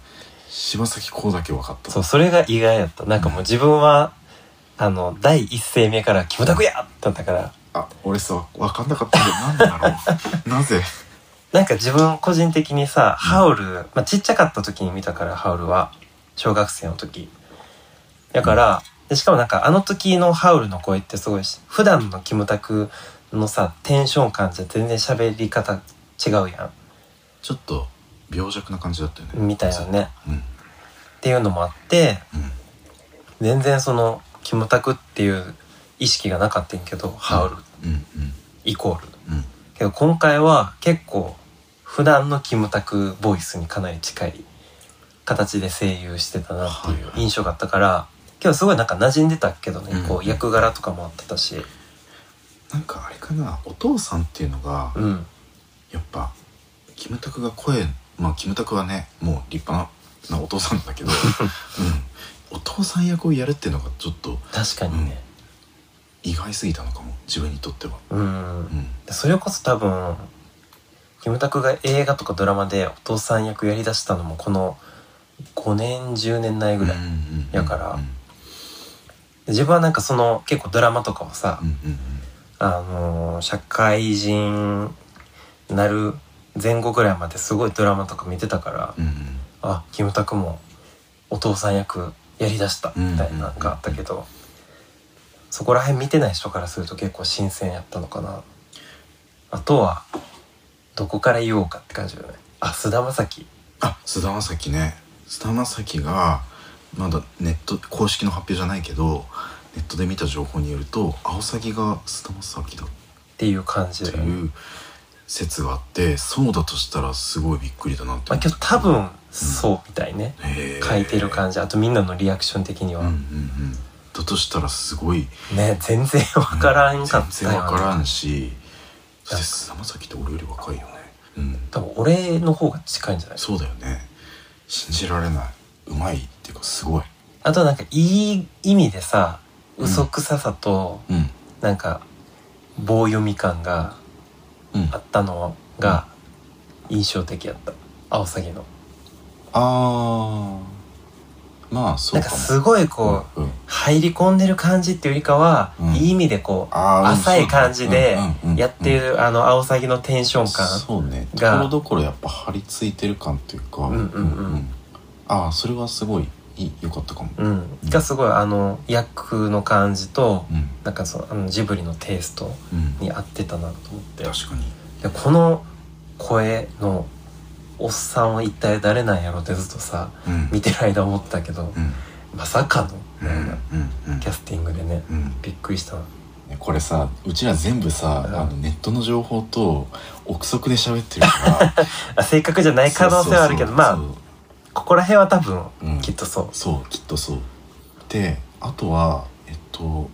S1: 柴咲コウだけ分かった
S2: そうそれが意外やったなんかもう自分はあの第一声目から「キムタクや!」だったから
S1: あ俺さ分かんなかったけどなんでだろ うなぜ
S2: なんか自分個人的にさ、ハウル、まあ、ちっちゃかった時に見たから、ハウルは。小学生の時。だから、でしかもなんかあの時のハウルの声ってすごいし、普段のキムタクのさ、テンション感じゃ全然喋り方違うや
S1: ちょっと病弱な感じだったよね
S2: ん。みたいなね。
S1: うん
S2: っていうのもあって、
S1: うん
S2: 全然その、キムタクっていう意識がなかったんやけど、ハウル
S1: うんうん
S2: イコール。
S1: うん
S2: けど今回は結構普段のキムタクボイスにかなり近い形で声優してたなってい
S1: は
S2: う
S1: いはい
S2: 印象があったから今日すごいなんか馴染んでたけどね、
S1: うん
S2: こう役柄とかもあってたし
S1: なんかあれかなお父さんっていうのが
S2: うん
S1: やっぱキムタクが声まあキムタクはねもう立派ななお父さんなんだ けど、うん、お父さん役をやるっていうのがちょっと
S2: 確かにね
S1: 意外すぎたのかも自分にとっては、
S2: うん、
S1: うん、
S2: でそれこそ多分キムタクが映画とかドラマでお父さん役やりだしたのもこの5年10年内ぐらい、
S1: うん
S2: で
S1: うんうんうん
S2: やから自分はなんかその結構ドラマとかはさ、
S1: うんうん
S2: あのー社会人なる前後ぐらいまですごいドラマとか見てたから、
S1: うん
S2: あキムタクもお父さん役やりだしたみたいなのがあったけど、そこら辺見てない人からすると結構新鮮やったのかなあとはどこから言おうかって感じだよねあ菅田将暉
S1: あ菅田将暉ね菅田将暉がまだネット公式の発表じゃないけどネットで見た情報によるとアオサギが菅田将暉だっ
S2: っていう感じだ
S1: て
S2: よね、
S1: いう説があってそうだとしたらすごいびっくりだなって
S2: まあ、
S1: 思
S2: 今日多分そうみたいね、
S1: へー
S2: 書いてる感じあとみんなのリアクション的には、
S1: うんうんうんだとしたらすごい
S2: ね全然わからんかった
S1: 全
S2: よ、ね、
S1: 然分からんしそして菅田将暉って俺より若いよねうん
S2: 多分俺の方が近いんじゃない
S1: そうだよね信じられないうまいっていうかすごい
S2: あとなんかいい意味でさ
S1: うん
S2: 嘘くささと
S1: うん
S2: なんか棒読み感が
S1: うん
S2: あったのが印象的やったアオサギの
S1: あーまあそ
S2: な
S1: うんか
S2: か
S1: も
S2: すごいこう
S1: うんうん
S2: 入り込んでる感じっていうよりかは、
S1: うん
S2: いい意味でこう
S1: あーうん
S2: 浅い感じで
S1: うんうんうん
S2: やってる、あのアオサギのテンション感
S1: そうねとこ
S2: が
S1: ろどころやっぱ張り付いてる感っていうか
S2: うんうんうん
S1: ああそれはすごいいい良かったかも
S2: うん、がすごいあの役の感じと、
S1: うん
S2: なんかそのあのジブリのテイスト
S1: うん
S2: に合ってたなと思って
S1: 確かに
S2: でこの声のおっさんは一体誰なんやろってずっとさ
S1: うん
S2: 見てる間思ってたけど
S1: うん
S2: まさかのみ
S1: うん
S2: たいな
S1: うんうん
S2: キャスティングでね
S1: うん
S2: びっくりしたな
S1: これさうちら全部さ、
S2: うん
S1: あのネットの情報と憶測で喋ってるから
S2: あ正確じゃない可能性はあるけど
S1: そうそうそう
S2: まあ
S1: そう
S2: ここら辺は多分、
S1: うん
S2: きっとそう
S1: そうきっとそうであとはえっと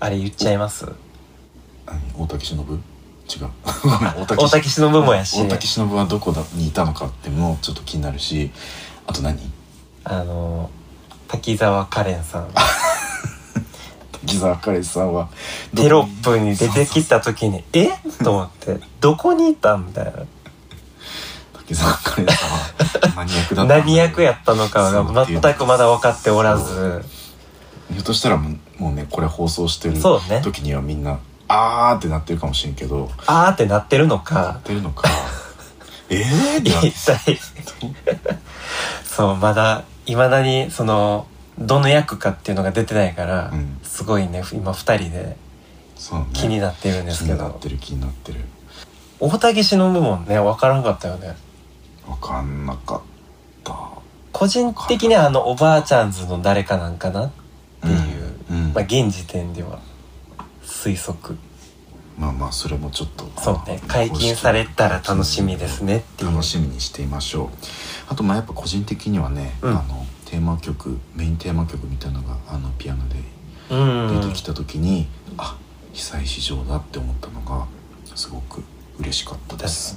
S2: あれ言っちゃいます
S1: 何大竹しのぶ違うごめん大
S2: 大竹しのぶもやし
S1: 大竹しのぶはどこだにいたのかっていうのもちょっと気になるしあと何
S2: あの滝沢カレンさん
S1: 滝沢カレンさんは
S2: テロップに出てきた時に「えと思って「どこにいた?」みたい
S1: 滝沢カレンさんは何役だった
S2: な
S1: んだろう
S2: 何役やったのかが全くまだ分かっておらず
S1: ひょっとしたらもうもうねこれ放送してる
S2: そうね
S1: 時にはみんなあーってなってるかもしれんけど
S2: あーってなってるの
S1: な
S2: か
S1: ってるの かえーってなって
S2: 一体 そうまだいまだにそのどの役かっていうのが出てないから、
S1: うん
S2: すごいね今2人で
S1: そうね
S2: 気になってるんですけ
S1: 気にな
S2: ど、
S1: ってる気になってる
S2: 大竹しのぶもね分からんかったよね
S1: わかんなかったっ
S2: 個人的にはあのおばあちゃんズの誰かなんかなっていう、
S1: んうん
S2: まあ現時点では推測
S1: まあまあそれもちょっと
S2: そうね解禁されたら楽しみですねっていう
S1: 楽しみにしていましょうあとまあやっぱ個人的にはね、
S2: うん
S1: あのテーマ曲メインテーマ曲みたいなのがあのピアノで
S2: うん
S1: 出てきた時に、あ被災市場だって思ったのがすごく嬉しかったです、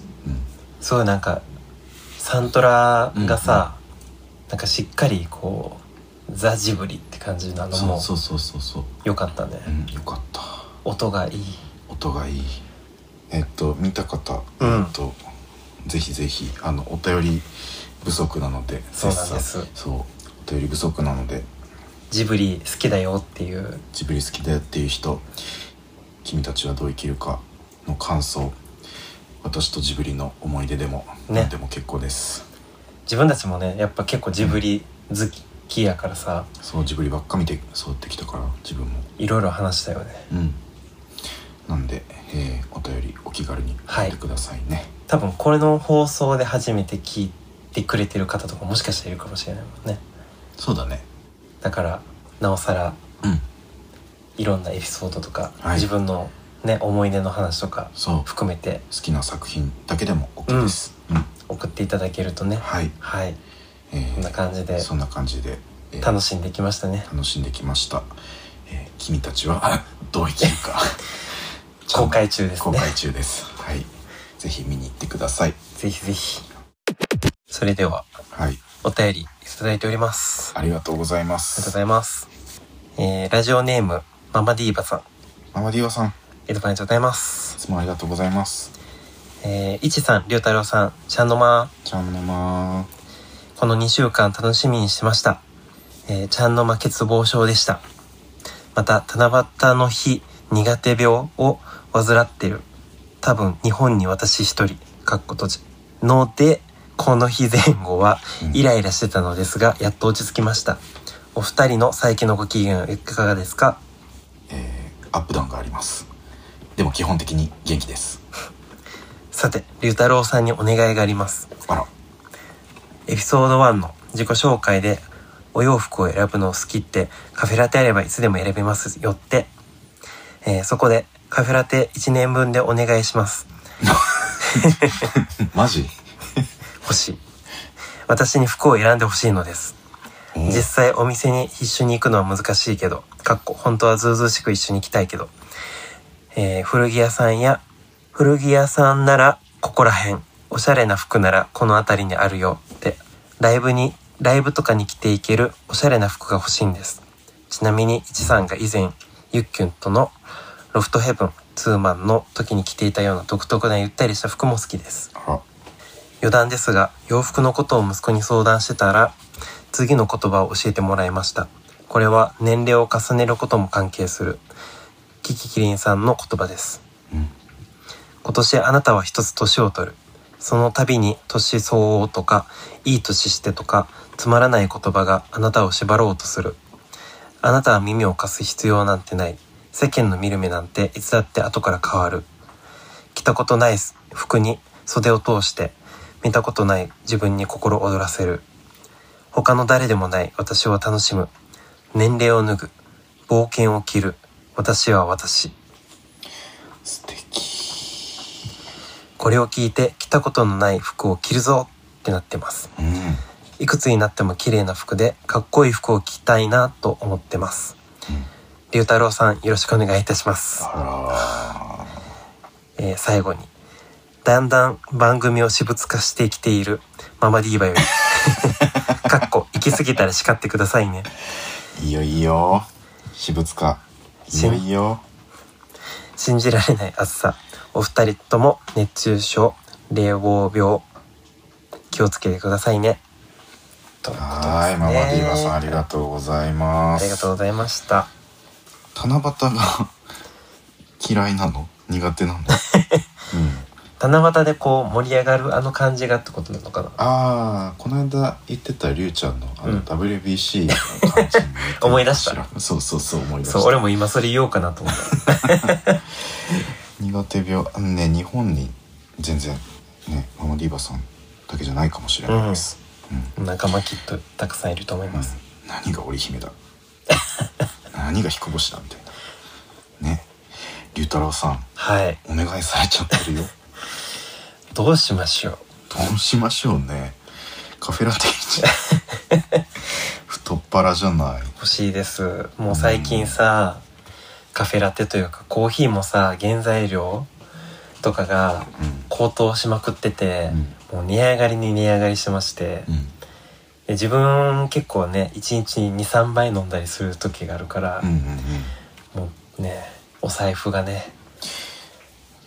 S2: すごいなんかサントラがさ、なんかしっかりこうザ・ジブリって感じな
S1: うん、
S2: の
S1: そう
S2: も
S1: そうそうそうそう、
S2: 良かったね
S1: うん、よかった
S2: 音がいい
S1: 音がいいえっと見た方、
S2: うん
S1: えっとぜひぜひあのお便り不足なので
S2: そうなんです
S1: 絶賛そうお便り不足なので
S2: ジブリ好きだよっていう
S1: ジブリ好きだよっていう人君たちはどう生きるかの感想私とジブリの思い出でも、
S2: ね
S1: 何でも結構です
S2: 自分たちもねやっぱ結構ジブリ好きやからさ
S1: そうジブリばっか見て育ってきたから自分も
S2: いろいろ話したよね
S1: うんなんで、えーお便りお気軽に送ってくださいね、
S2: 多分これの放送で初めて聞いてくれてる方とかもしかしたらいるかもしれないもんね
S1: そうだね
S2: だからなおさら
S1: うん
S2: いろんなエピソードとか、
S1: はい
S2: 自分のね思い出の話とか
S1: そう好
S2: 含めて
S1: きな作品だけでも OK です、うん
S2: 送っていただけるとね
S1: はい、
S2: はい
S1: えー
S2: こんな感じで
S1: そんな感じで、えー
S2: 楽しんできましたね
S1: 楽しんできました、えー君たちはどう生きるか
S2: 公開中です
S1: 公
S2: ね
S1: 開中ですはいぜひ見に行ってください
S2: ぜひぜひそれでは
S1: はい
S2: お便りいただいております
S1: ありがとうございま
S2: ありがとうご
S1: す
S2: ざいます。えー、ラジオネーム、ママディーバさん。
S1: ママディワさんい
S2: えっと、ありがとうございます。
S1: つもありがとうございます
S2: えー、いちさん、りょうたろうさん、ちゃんのま
S1: ちゃんのま
S2: この2週間楽しみにしてました。えー、ちゃんのま欠乏症でした。また、七夕の日、苦手病を患ってる。多分、日本に私一人、かっことじ。ので、この日前後は
S1: うん
S2: イライラしてたのですが、やっと落ち着きました。お二人の最近のご機嫌はいかがですか
S1: えーアップダウンがありますでも基本的に元気です
S2: さて、龍太郎さんにお願いがあります。
S1: あら
S2: エピソード1の自己紹介で、お洋服を選ぶのを好きって、カフェラテあればいつでも選べますよって、えーそこで、カフェラテ1年分でお願いします。
S1: マジ
S2: 欲しい。私に服を選んでほしいのです。
S1: お
S2: 実際お店に一緒に行くのは難しいけど、かっこ本当はずうずうしく一緒に行きたいけど、えー古着屋さんや、古着屋さんならここら辺、おしゃれな服ならこの辺りにあるよって、ライブに、ライブとかに着ていけるおしゃれな服が欲しいんです。ちなみに、いちさんが以前、ゆっきゅんとのロフトヘブン、ツーマンの時に着ていたような独特なゆったりした服も好きです。
S1: あら
S2: 余談ですが洋服のことを息子に相談してたら次の言葉を教えてもらいましたこれは年齢を重ねることも関係するキキキリンさんの言葉です
S1: うん
S2: 今年あなたは一つ年を取るその度に年相応とかいい年してとかつまらない言葉があなたを縛ろうとするあなたは耳を貸す必要なんてない世間の見る目なんていつだって後から変わる着たことない服に袖を通して見たことない自分に心躍らせる他の誰でもない私を楽しむ年齢を脱ぐ冒険を着る私は私
S1: 素敵
S2: ここれを聞いて着たことのない服を着るぞってなってます
S1: うん
S2: いくつになっても綺麗な服でかっこいい服を着たいなと思ってます龍太郎さんよろしくお願いいたします、
S1: あ
S2: えー最後にだんだん番組を私物化してきているママディーバより かっこ行き過ぎたら叱ってくださいね
S1: らいいよいいよ私物化いいよいいよ
S2: 信じられない暑さお二人とも熱中症冷房病気をつけてくださいねということです
S1: はーいママディーバさんあ
S2: ね
S1: りがとうございま
S2: あ
S1: す
S2: りがとうございました
S1: 七夕が 嫌いなの苦手な の、うん、
S2: 七夕でこう盛り上がるあの感じがってことなのかな
S1: ああこの間言ってたりゅうちゃんのあ
S2: うん
S1: の WBC の感じに似てるかもれない
S2: 思い出した
S1: そうそうそう思い出した
S2: そう俺も今それ言おうかなと思っ
S1: 苦手病あのね日本に全然ねママディーバさんだけじゃないかもしれないです、うん
S2: た 仲間きっとたくさんいると思います
S1: 何が織姫だ何が彦星だみたいなね龍太郎さん
S2: はい
S1: お願いされちゃってるよ
S2: どうしましょう
S1: どうしましょうねカフェラテ一 丁太っ腹じゃない
S2: 欲しいですもう最近さ、カフェラテというかコーヒーもさ原材料とかが
S1: う
S2: 高騰しまくってて、もう値上がりに値上がりしてまして、
S1: ん
S2: で自分結構ね1日に23杯飲んだりする時があるから
S1: うんう、んうんうん
S2: もうねお財布がね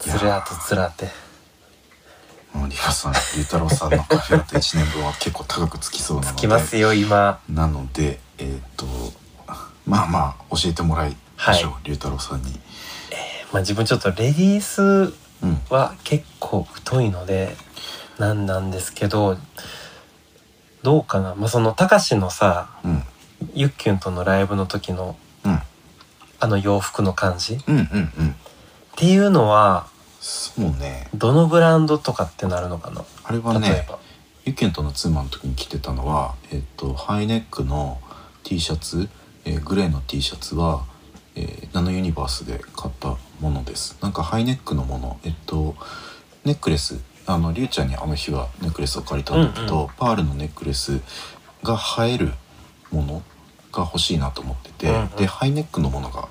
S1: いや
S2: つ
S1: ー
S2: らーとつらーって
S1: ママディーバさん龍太郎さんのカフェラテ1年分は結構高くつきそうなの
S2: つ
S1: で
S2: きますよ今
S1: なのでえっ、とまあまあ教えてもらいましょう、龍太郎さんに
S2: まあ自分ちょっとレディース
S1: うん
S2: は結構太いのでなんなんですけどどうかなまあそのたかしのさ
S1: うん
S2: ゆっきゅんとのライブの時の
S1: うん
S2: あの洋服の感じっ
S1: うんうんうん
S2: ていうのは
S1: そうね
S2: どのブランドとかってなるのかな
S1: あれは
S2: 例え
S1: ね
S2: ば
S1: ゆきんとのツーマンの時に着てたのは、えっとハイネックの T シャツ、えーグレーの T シャツは、えーナノユニバースで買ったものですなんかハイネックのものえっとネックレスあのりゅうちゃんにあの日はネックレスを借りたんだけど、
S2: うん
S1: パールのネックレスが映えるものが欲しいなと思ってて、
S2: うんうん
S1: でハイネックのものが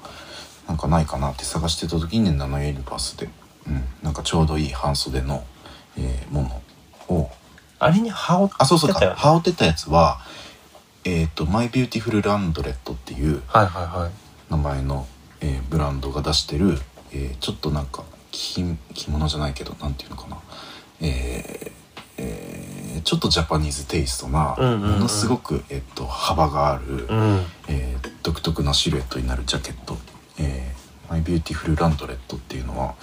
S1: なんかないかなって探してた時にナノユニバースで、うん、なんかちょうどいい半袖の、えーものを
S2: あれに羽織ってたよね
S1: あそうそうか
S2: は
S1: 羽織ってたやつはえっ、とマイビューティフルランドレットっていう
S2: いはいはい
S1: 名前の、えーブランドが出してる、えーちょっとなんか着着物じゃないけどなんていうのかなえーえーちょっとジャパニーズテイストな、
S2: うんうんうん
S1: ものすごく、えっと幅がある、
S2: うん
S1: えー独特なシルエットになるジャケット、えー、マイビューティフルランドレットっていうのは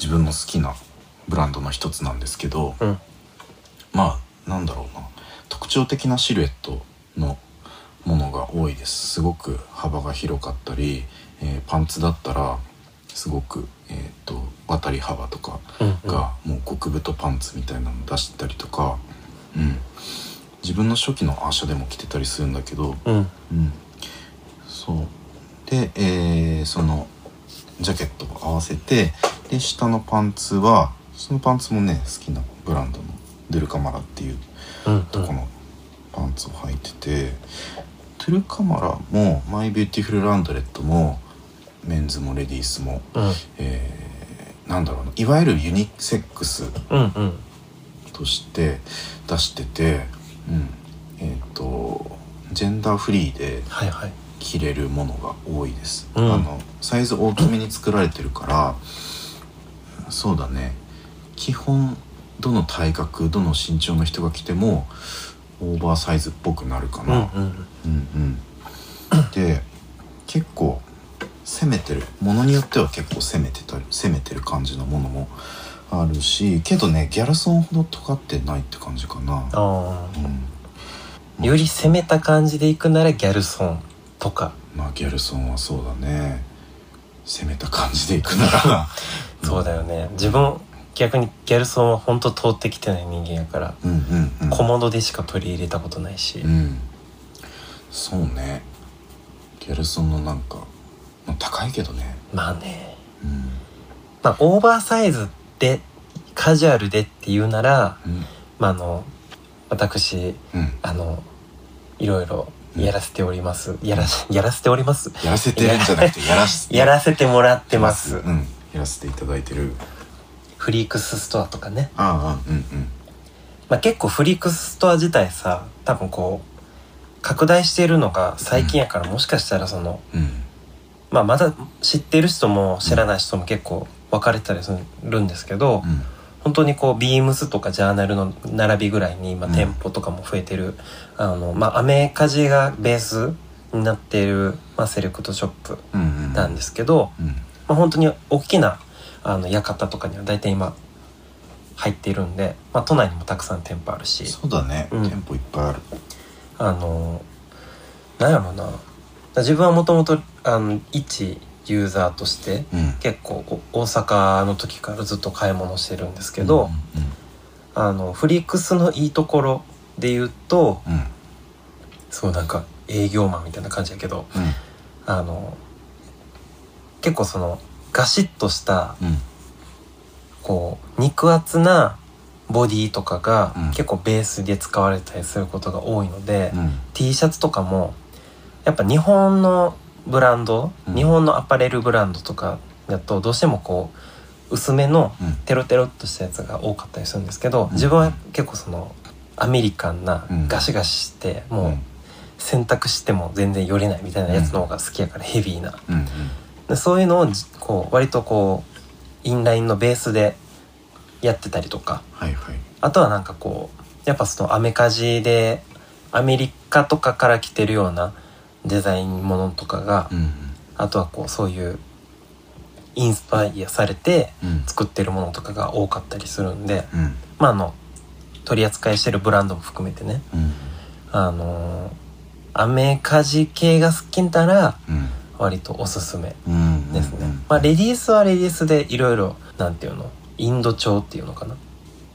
S1: 自分の好きなブランドの一つなんですけど、
S2: うん
S1: まあなんだろうな特徴的なシルエットのものが多いですすごく幅が広かったり、えーパンツだったらすごく、えー、と渡り幅とか
S2: うんうん
S1: がもう極太パンツみたいなの出してたりとか、うん、自分の初期のアーシャでも着てたりするんだけど、
S2: うん
S1: うん、そうで、えーそのジャケットを合わせてで下のパンツはそのパンツもね好きなブランドのドゥルカマラっていう
S2: うんう
S1: とこ
S2: ん
S1: のパンツを履いてて、トゥルカマラもマイビューティフルランドレットもメンズもレディースも、
S2: うん
S1: えーなんだろうないわゆるユニセックス
S2: うんうん
S1: として出してて、うん、えっ、とジェンダーフリーで
S2: はいはい
S1: 着れるものが多いです、
S2: うん
S1: あのサイズ大きめに作られてるからそうだね基本どの体格どの身長の人が着てもオーバーサイズっぽくなるか
S2: う
S1: な、
S2: んうん
S1: うんうん、で結構攻めてるものによっては結構攻めてたり攻めてる感じのものもあるしけどねギャルソンほど尖ってないって感じかな、
S2: あ
S1: うん、
S2: あより攻めた感じでいくならギャルソンとか
S1: まあギャルソンはそうだね攻めた感じでいくなら
S2: そうだよね自分逆にギャルソンは本当通ってきてない人間やから
S1: うんうんうん
S2: 小物でしか取り入れたことないし、
S1: うんそうねギャルソンのなんか、まあ、高いけどね
S2: まあね
S1: うん
S2: まあオーバーサイズでカジュアルでって言うなら、
S1: うん
S2: まあ、あの私
S1: うん
S2: あのいろいろやらせております、やらしやらせております
S1: やらせてるんじゃなくてやらし
S2: やらせてもらって
S1: て
S2: ま
S1: う
S2: す、
S1: んやらせていただいてる
S2: フリークスストアとかね、
S1: ああうんうん
S2: まあ、結構フリークスストア自体さ多分こう拡大しているのが最近やから、もしかしたらその、
S1: うん
S2: まあ、まだ知ってる人も知らない人も結構分かれてたりするんですけど、
S1: うん
S2: 本当にこうビームスとかジャーナルの並びぐらいに今
S1: うん
S2: 店舗とかも増えてる、あのまあアメカジがベースになっている、まあ、セレクトショップ
S1: うんうん
S2: なんですけど、
S1: うん
S2: まあ、本当に大きなあの館とかには大体今入っているんで、まあ、都内にもたくさん店舗あるし
S1: そうだね
S2: うん
S1: 店舗いっぱいある
S2: あのなんやろうな自分はもともとあの一ユーザーとして
S1: うん
S2: 結構こう大阪の時からずっと買い物してるんですけど、あのフリックスのいいところで言うと
S1: うんうん
S2: そうなんか営業マンみたいな感じやけど
S1: うん
S2: あの結構そのガシッとした
S1: うんうん
S2: こう肉厚なボディとかが
S1: うん
S2: 結構ベースで使われたりすることが多いので、
S1: うん
S2: T シャツとかもやっぱ日本のブランド、
S1: うん
S2: 日本のアパレルブランドとかだとどうしてもこう薄めの
S1: うん
S2: テロテロっとしたやつが多かったりするんですけど
S1: ん
S2: 自分は結構そのアメリカンな
S1: うん
S2: ガシガシして
S1: う
S2: も
S1: ん
S2: う洗濯しても全然よれないみたいなやつの方が好きやからヘビーな
S1: うん
S2: でそういうのをじこう割とこうインラインのベースでやってたりとか
S1: はいはい
S2: あとはなんかこうやっぱそのアメカジでアメリカとかから来てるようなデザインものとかが
S1: うん
S2: あとはこうそういうインスパイアされて
S1: うん
S2: 作ってるものとかが多かったりするんで、
S1: うん
S2: まあ、あの取り扱いしてるブランドも含めてね
S1: うん
S2: あのーアメカジ系が好きなら
S1: うん
S2: 割とおすすめ
S1: うん
S2: ですね、
S1: うん
S2: まあレディースはレディースでいろいろなんていうのインド調っていうのかな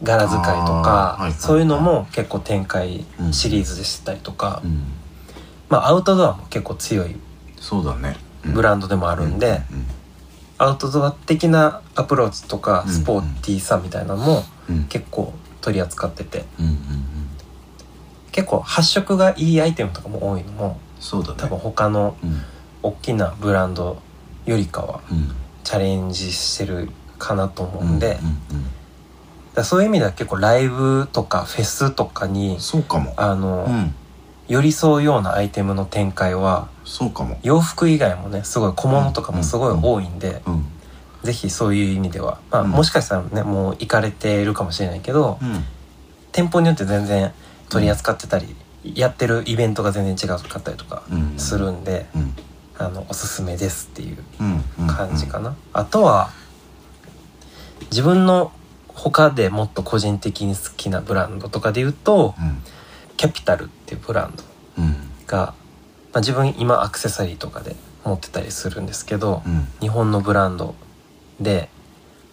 S2: 柄使いとか
S1: あ、ーはいはい
S2: そういうのも結構展開
S1: うん
S2: シリーズでしてたりとか、
S1: うん
S2: まあアウトドアも結構強い
S1: そうだね
S2: ブランドでもあ
S1: あ
S2: るんで、アウトドア的なアプローチとか
S1: うん
S2: スポーティーさみたいなのも
S1: うんうん
S2: 結構取り扱ってて
S1: うんうんうん
S2: 結構発色がいいアイテムとかも多いのも
S1: そうだね
S2: 多分他の
S1: うん
S2: 大きなブランドよりかは
S1: うん
S2: チャレンジしてるかなと思うんで、
S1: うんうん
S2: だからそういう意味では結構ライブとかフェスとか
S1: う
S2: に
S1: んそうかも
S2: あの、
S1: うん
S2: 寄り添うようなアイテムの展開は
S1: そうかも
S2: 洋服以外もねすごい小物とかもすごい多いんで、
S1: うん
S2: ぜひそういう意味では、まあ
S1: うん
S2: もしかしたらねもう行かれているかもしれないけど、
S1: うん
S2: 店舗によって全然取り扱ってたり、やってるイベントが全然違うかったりとか
S1: うん
S2: するんで、
S1: うん
S2: あのおすすめですっていう
S1: うんうん
S2: 感じかな、あとは自分の他でもっと個人的に好きなブランドとかで言うと
S1: うん
S2: キャピタルっていうブランド
S1: うん
S2: が、まあ、自分今アクセサリーとかで持ってたりするんですけど、
S1: うん
S2: 日本のブランドで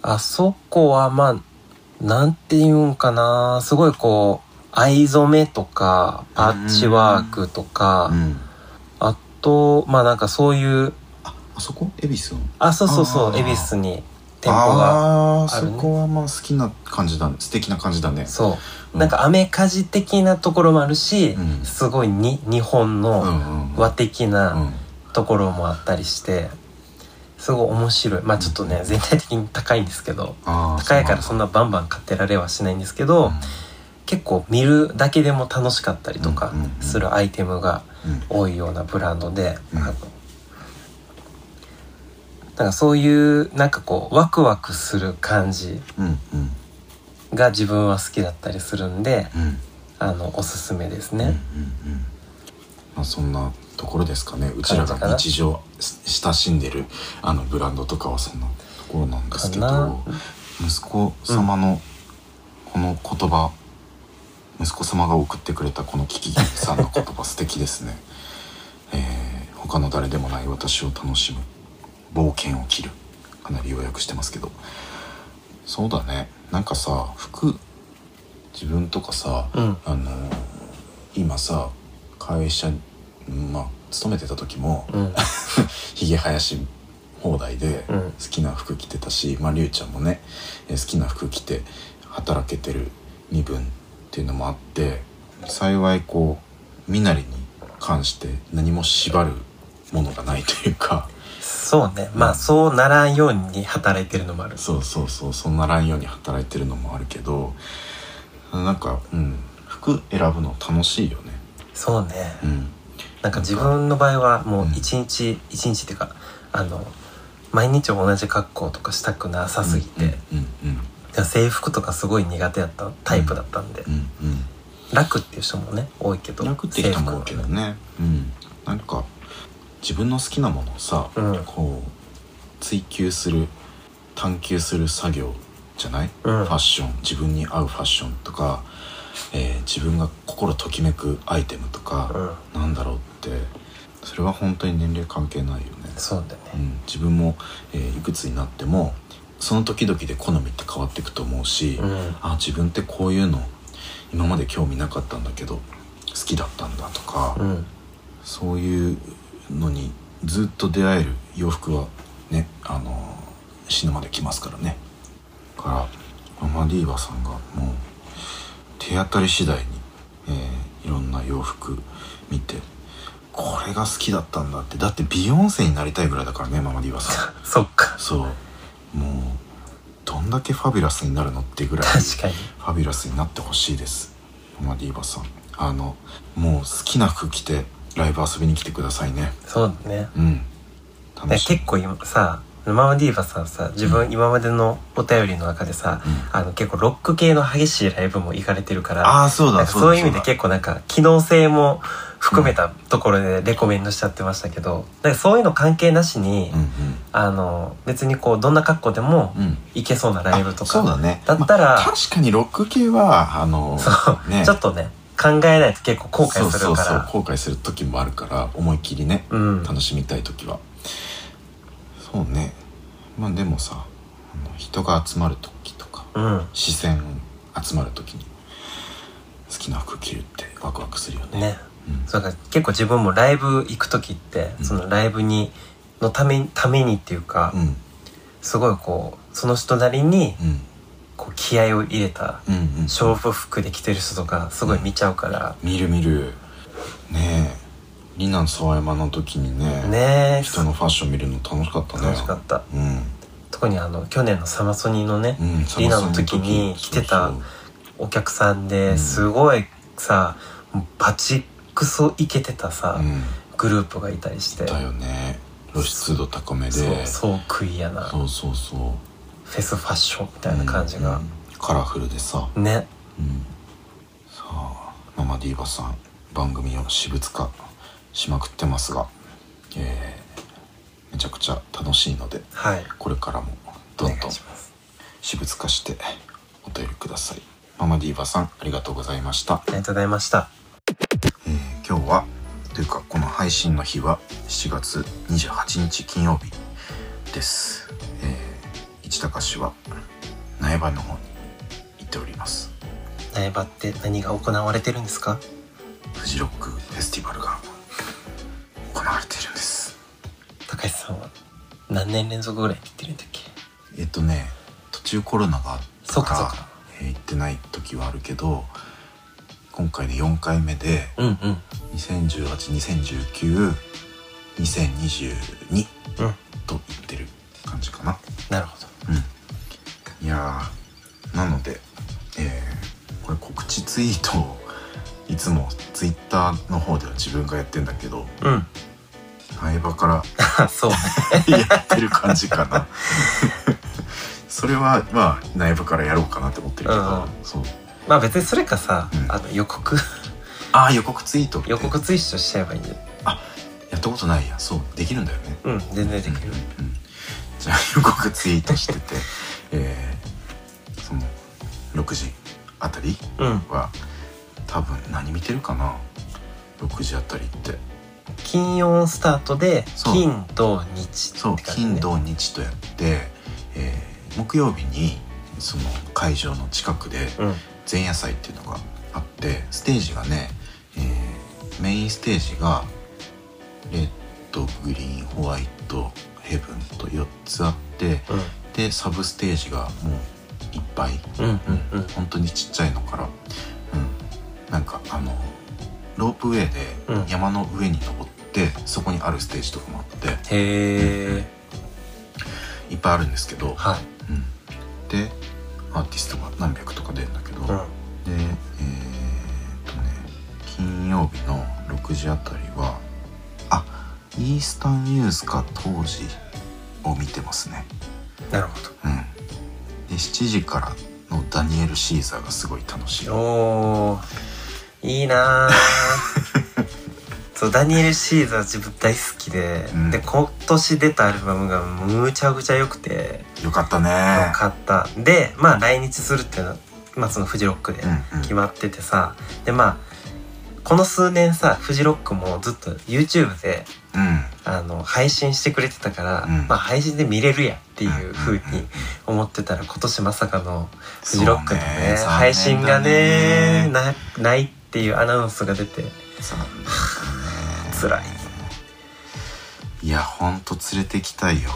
S2: あそこはまあなんて言うんかなすごいこう藍染めとかパッチワークとか、
S1: うん
S2: あとまあなんかそういう
S1: ああそこ恵比寿の
S2: あそうそうそ
S1: あ
S2: う
S1: ー
S2: 恵比寿に店舗が
S1: あー
S2: ある
S1: そ
S2: ね
S1: こはまあ好きな感じだね素敵な感じだね
S2: そううなんかアメカジ的なところもあるし、
S1: うん
S2: すごいに日本
S1: うんう
S2: の
S1: ん
S2: 和的
S1: う
S2: なんところもあったりしてすごい面白いまあちょっとね全体的に高いんですけど
S1: あー
S2: 高いからそんなバンバン買ってられはしないんですけど、結構見るだけでも楽しかったりとか
S1: うんうんうん
S2: するアイテムが
S1: うんうん
S2: 多いようなブランドで、
S1: うん
S2: あのなんかそういうなんかこうワクワクする感じ
S1: うんうん
S2: が自分は好きだったりするんで
S1: うん
S2: あのおすすめです
S1: うんうん
S2: ね。
S1: うんまあそんなところですかねうちら
S2: 感じか
S1: が
S2: な
S1: 日常し親しんでるあのブランドとかはそんなところなんですけ
S2: か
S1: ど
S2: な
S1: 息子様のこの言葉、息子様が送ってくれたこのキキさんの言葉素敵ですね、 えー他の誰でもない私を楽しむ冒険を切るかなり要約してますけどそうだねなんかさ服自分とかさ、
S2: うん
S1: あのー今さ会社まあ勤めてた時も
S2: うん、
S1: ひげ生やし放題で
S2: う
S1: 好
S2: ん
S1: きな服着てたし、まありゅうちゃんもねえー好きな服着て働けてる身分っていうのもあって幸いこう身なりに関して何も縛るものがないというか
S2: そうねまあそうならんように働いてるのもある
S1: そうそうそうそんならんように働いてるのもあるけどなんかうん服選ぶの楽しいよね
S2: そうね
S1: うん
S2: なんか自分の場合はもう
S1: うん
S2: 一日一、日っていうかあの毎日同じ格好とかしたくなさすぎて、
S1: うんうん
S2: 制服とかすごい苦手やったタイプだったんで、
S1: うんうんうん
S2: 楽っていう人もね多いけど
S1: 楽って人も多いけどね、うん、なんか自分の好きなものをさ、
S2: うん
S1: こう追求する探求する作業じゃない、
S2: う
S1: フ
S2: ん
S1: ァッション自分に合うファッションとか、えー自分が心ときめくアイテムとか、なんだろうってそれは本当に年齢関係ないよね、
S2: そうだ
S1: う
S2: ね
S1: ん、自分も、えーいくつになってもその時々で好みって変わっていくと思うし、
S2: うん
S1: あ自分ってこういうの今まで興味なかったんだけど好きだったんだとか、
S2: うん
S1: そういうのにずっと出会える洋服はね、あのー死ぬまで着ますからねだからマディーバさんがもう手当たり次第に、えーいろんな洋服見てこれが好きだったんだってだってビヨンセになりたいぐらいだからねママディーバさん
S2: そっか
S1: そうもうどんだけファビュラスになるのってぐらい
S2: 確かに
S1: ファビュラスになってほしいですママディーバさんあのもう好きな服着てライブ遊びに来てくださいね
S2: そうだね
S1: うん
S2: だか
S1: 楽
S2: ら
S1: しみ
S2: 結構今さママディーバさんさ自分今までのお便りの中でさ、
S1: う
S2: あの結構ロック系の激しいライブも行かれてるから
S1: ああそう
S2: なん
S1: だ
S2: かそういう意味
S1: だ
S2: で結構なんか機能性も含めたところでレコメンドしちゃってましたけど、なんかそういうの関係なしに、
S1: うん
S2: あの別にこうどんな格好でも
S1: うんうん
S2: 行けそうなライブとか
S1: あそうだね
S2: だったら
S1: まあ確かにロック系はあの
S2: そう
S1: ね
S2: ちょっとね考えないと結構後悔するから
S1: そうそうそう後悔する時もあるから思いっきりね
S2: うん
S1: 楽しみたい時は、そうねまあでもさあの人が集まる時とか
S2: うん
S1: 視線集まる時に好きな服着るってワクワクするよね
S2: ね
S1: うん
S2: そうだから結構自分もライブ行く時って、
S1: うん
S2: そのライブにのためためにっていうか、
S1: うん
S2: すごいこうその人なりに
S1: うん
S2: こう気合を入れた
S1: うんうん
S2: 勝負服で着てる人とかすごい見ちゃうから、
S1: 見る見るねえリナの沢山の時にね
S2: ねえ
S1: 人のファッション見るの楽しかったね
S2: 楽しかった
S1: うん
S2: 特にあの去年のサマソニーのね、
S1: うん
S2: リナの時に着てたお客さんですごいさ、もうバチクソイケてたさ、
S1: うん
S2: グループがいたりして
S1: だよね露出度高めで
S2: そうそうクイアな
S1: そうそうそうみ
S2: フェスファッションみたいな感じが、
S1: カラフルでさ、
S2: ね
S1: うん、さあママディーバさん番組を私物化しまくってますが、えーめちゃくちゃ楽しいので
S2: はい
S1: これからも
S2: お
S1: ど
S2: 願
S1: んどん
S2: いします
S1: 私物化してお便りくださいママディーバさんありがとうございました
S2: ありがとうございました
S1: えー今日はというかこの配信の日は7月28日金曜日です、えー、市高市は苗場の方に行っております
S2: 苗場って何が行われてるんですか
S1: フジロックフェスティバルが行われているんです
S2: 高橋さんは何年連続ぐらい行ってるんだっけ
S1: えっとね途中コロナがあった
S2: そう
S1: か
S2: からそうか
S1: えー行ってない時はあるけど今回で4回目で
S2: うんうん
S1: 201820192022
S2: うん
S1: と行ってるって感じかな
S2: なるほど
S1: うん、いやーなので、えーこれ告知ツイートをいつもツイッターの方では自分がやってんだけど
S2: うん
S1: 苗場から
S2: そうね
S1: やってる感じかな それはまあ苗場からやろうかなって思ってるけど、
S2: う
S1: そう
S2: まあ別にそれかさ、
S1: うん
S2: あの予告
S1: ああ予告ツイートって
S2: 予告ツイートしちゃえばいいんで
S1: やったことないやそうできるんだよね
S2: うん全然できる、
S1: うん うんじゃあ予告ツイートして てえーその6時あたり
S2: うん、
S1: は多分何見てるかな6時あたりって
S2: 金曜スタートで
S1: そう
S2: 金土日
S1: そう
S2: って感じね
S1: 金土日とやって、えー木曜日にその会場の近くで
S2: うん
S1: 前夜祭っていうのがあってステージがね、えーメインステージがレッドッググリーンホワイトヘブンと4つあってでサブステージがもういっぱい、
S2: うんうんうんうん
S1: 本当にちっちゃいのから、うん、なんかあのロープウェイ
S2: うん
S1: で山の上に登って、そこにあるステージとかもあって
S2: へえ
S1: いっぱいあるんですけど、
S2: はい
S1: うん、でアーティストが何百とか出るんだけど、
S2: うん
S1: でえー、っとね金曜日の6時あたりはあイースタンユースか当時を見てますね
S2: なるほ
S1: うんで7時からのダニエル・シーザーがすごい楽しい
S2: どおーいいなー そうダニエル・シーザー自分大好きで、
S1: うん
S2: で今年出たアルバムがむちゃくちゃ良くて
S1: よかったね
S2: 良かったでまあ来日するっていうのは、まあ、そのフジロックで
S1: うんうん
S2: 決まっててさ、でまあこの数年さフジロックもずっと YouTube で
S1: うん
S2: あの配信してくれてたから、
S1: うん
S2: まあ配信で見れるやっていう風に
S1: うんうんうん
S2: 思ってたら今年まさかのフ
S1: そう
S2: ジ
S1: ね
S2: ロックのね
S1: 残念だね
S2: 配信がねなないっていうアナウンスが出て
S1: そうなんだね
S2: 辛い
S1: いやほんと連れてきたいよ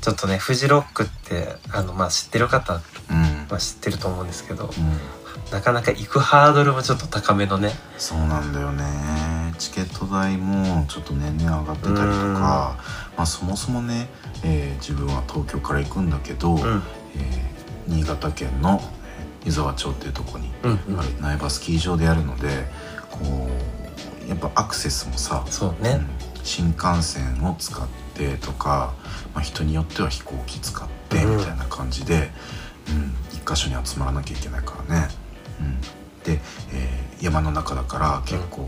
S2: ちょっとねフジロックってあのまあ知ってる方
S1: うん、
S2: は知ってると思うんですけど
S1: うん、
S2: なかなか行くハードルもちょっと高めのね
S1: そうなんだよねチケット代もちょっと年々上がってたりとか、まあ、そもそもね、えー自分は東京から行くんだけど、
S2: うん
S1: えー新潟県の湯沢町っていうとこに
S2: うんうん
S1: ある苗場スキー場でやるのでこうやっぱアクセスもさ、
S2: そうね
S1: うん新幹線を使ってとか、まあ、人によっては飛行機使って
S2: うん
S1: みたいな感じで、うん、一箇所に集まらなきゃいけないからね。うん、で、えー山の中だから結構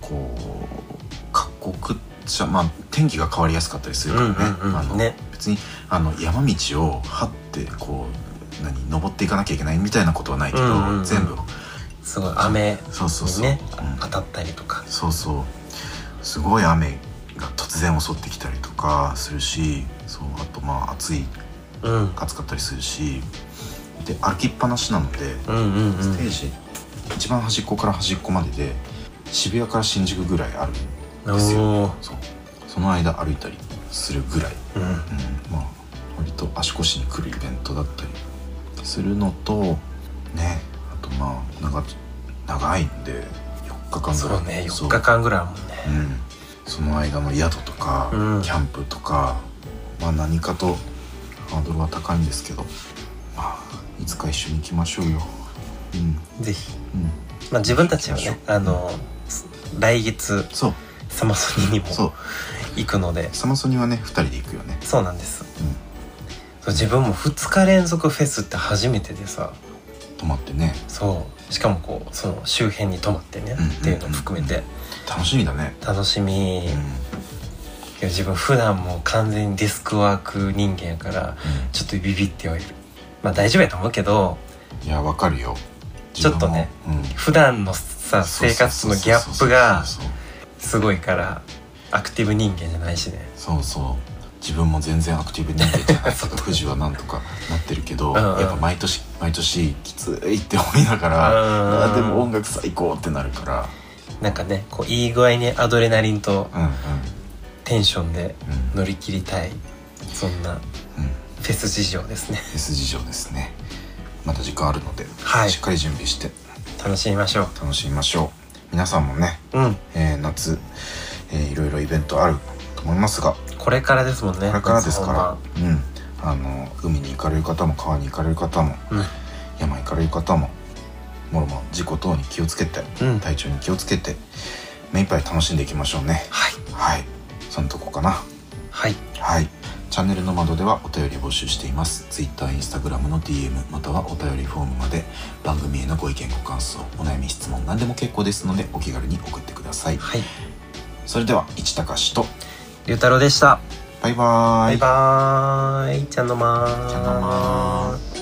S1: こう各国じゃまあ天気が変わりやすかったりするからね,、
S2: うんうんうん
S1: あの
S2: ね
S1: 別にあの山道を張ってこう何登っていかなきゃいけないみたいなことはないけど、
S2: うんうんうん
S1: 全部
S2: すごい雨
S1: そうそう
S2: に
S1: そう、
S2: ね
S1: うん
S2: 当たったりとか
S1: そうそうすごい雨が突然襲ってきたりとかするしそうあとまあ暑い
S2: うん
S1: 暑かったりするしで歩きっぱなしなので、
S2: うんうんう
S1: ステ
S2: ん
S1: ージ一番端っこから端っこまでで渋谷から新宿ぐらいあるですよ
S2: おー
S1: そうその間歩いたりするぐらい、
S2: うん
S1: うん、まあ割と足腰に来るイベントだったりするのとねあとまあ長長いんで4日間ぐらい
S2: そうね
S1: そ
S2: 4
S1: う
S2: 日間ぐらいあるもんね
S1: うん、その間の宿とか、
S2: うん
S1: キャンプとか、まあ、何かとハードルは高いんですけど、まあ、いつか一緒に行きましょうよ。うん
S2: ぜひ
S1: うん、
S2: まあ自分たちはねあの来月
S1: そう
S2: サマソニにも
S1: そう
S2: 行くので
S1: サマソニはね2人で行くよね。
S2: そうなんです
S1: うん、
S2: そう自分も2日連続フェスって初めてでさ
S1: 泊まってね
S2: そうしかもこうその周辺に泊まってね
S1: うん
S2: っていうのも含めて
S1: 楽しみだね。
S2: 楽しみ
S1: うんうん
S2: けど自分普段もう完全にデスクワーク人間やからちょっとビビってはいるまあ大丈夫やと思うけど
S1: いやわかるよ。
S2: ちょっとね
S1: 自分も、うん
S2: 普段のさ生活のギャップが
S1: そうそう
S2: すごいからアクティブ人間じゃないしね
S1: そうそう自分も全然アクティブになってない富士はなんとかなってるけど
S2: うんうん
S1: やっぱ毎年毎年きついって思いながら
S2: うん
S1: あーでも音楽最高ってなるか
S2: なんかねこういい具合にアドレナリンと
S1: らうんうん
S2: テンションで
S1: うん
S2: 乗り切りたいそんな
S1: うん
S2: フェス事情ですね
S1: S 事情ですねまた時間あるので、
S2: はい
S1: しっかり準備して
S2: 楽しみましょ
S1: 楽しみましょう皆さんもね、
S2: ううん
S1: えー夏、えーいろいろイベントあると思いますが
S2: これからですもんね
S1: これからですか
S2: 夏
S1: ら、うん、あの海に行かれる方も川に行かれる方も
S2: 本番
S1: 山行かれる方ももろもろ事故等に気をつけて、
S2: うん、うん、はい
S1: 体調に気をつけて目いっぱい楽しんでいきましょうねはいそのとこかな
S2: はい
S1: はいチャンネルの窓ではお便り募集しています Twitter、Instagram の DM またはお便りフォームまで番組へのご意見ご感想お悩み質問何でも結構ですのでお気軽に送ってください
S2: はい
S1: それでは市高しと
S2: 龍太郎でした
S1: バイバーイ
S2: バイバーイじゃあ飲まー
S1: じゃあ飲まー
S2: す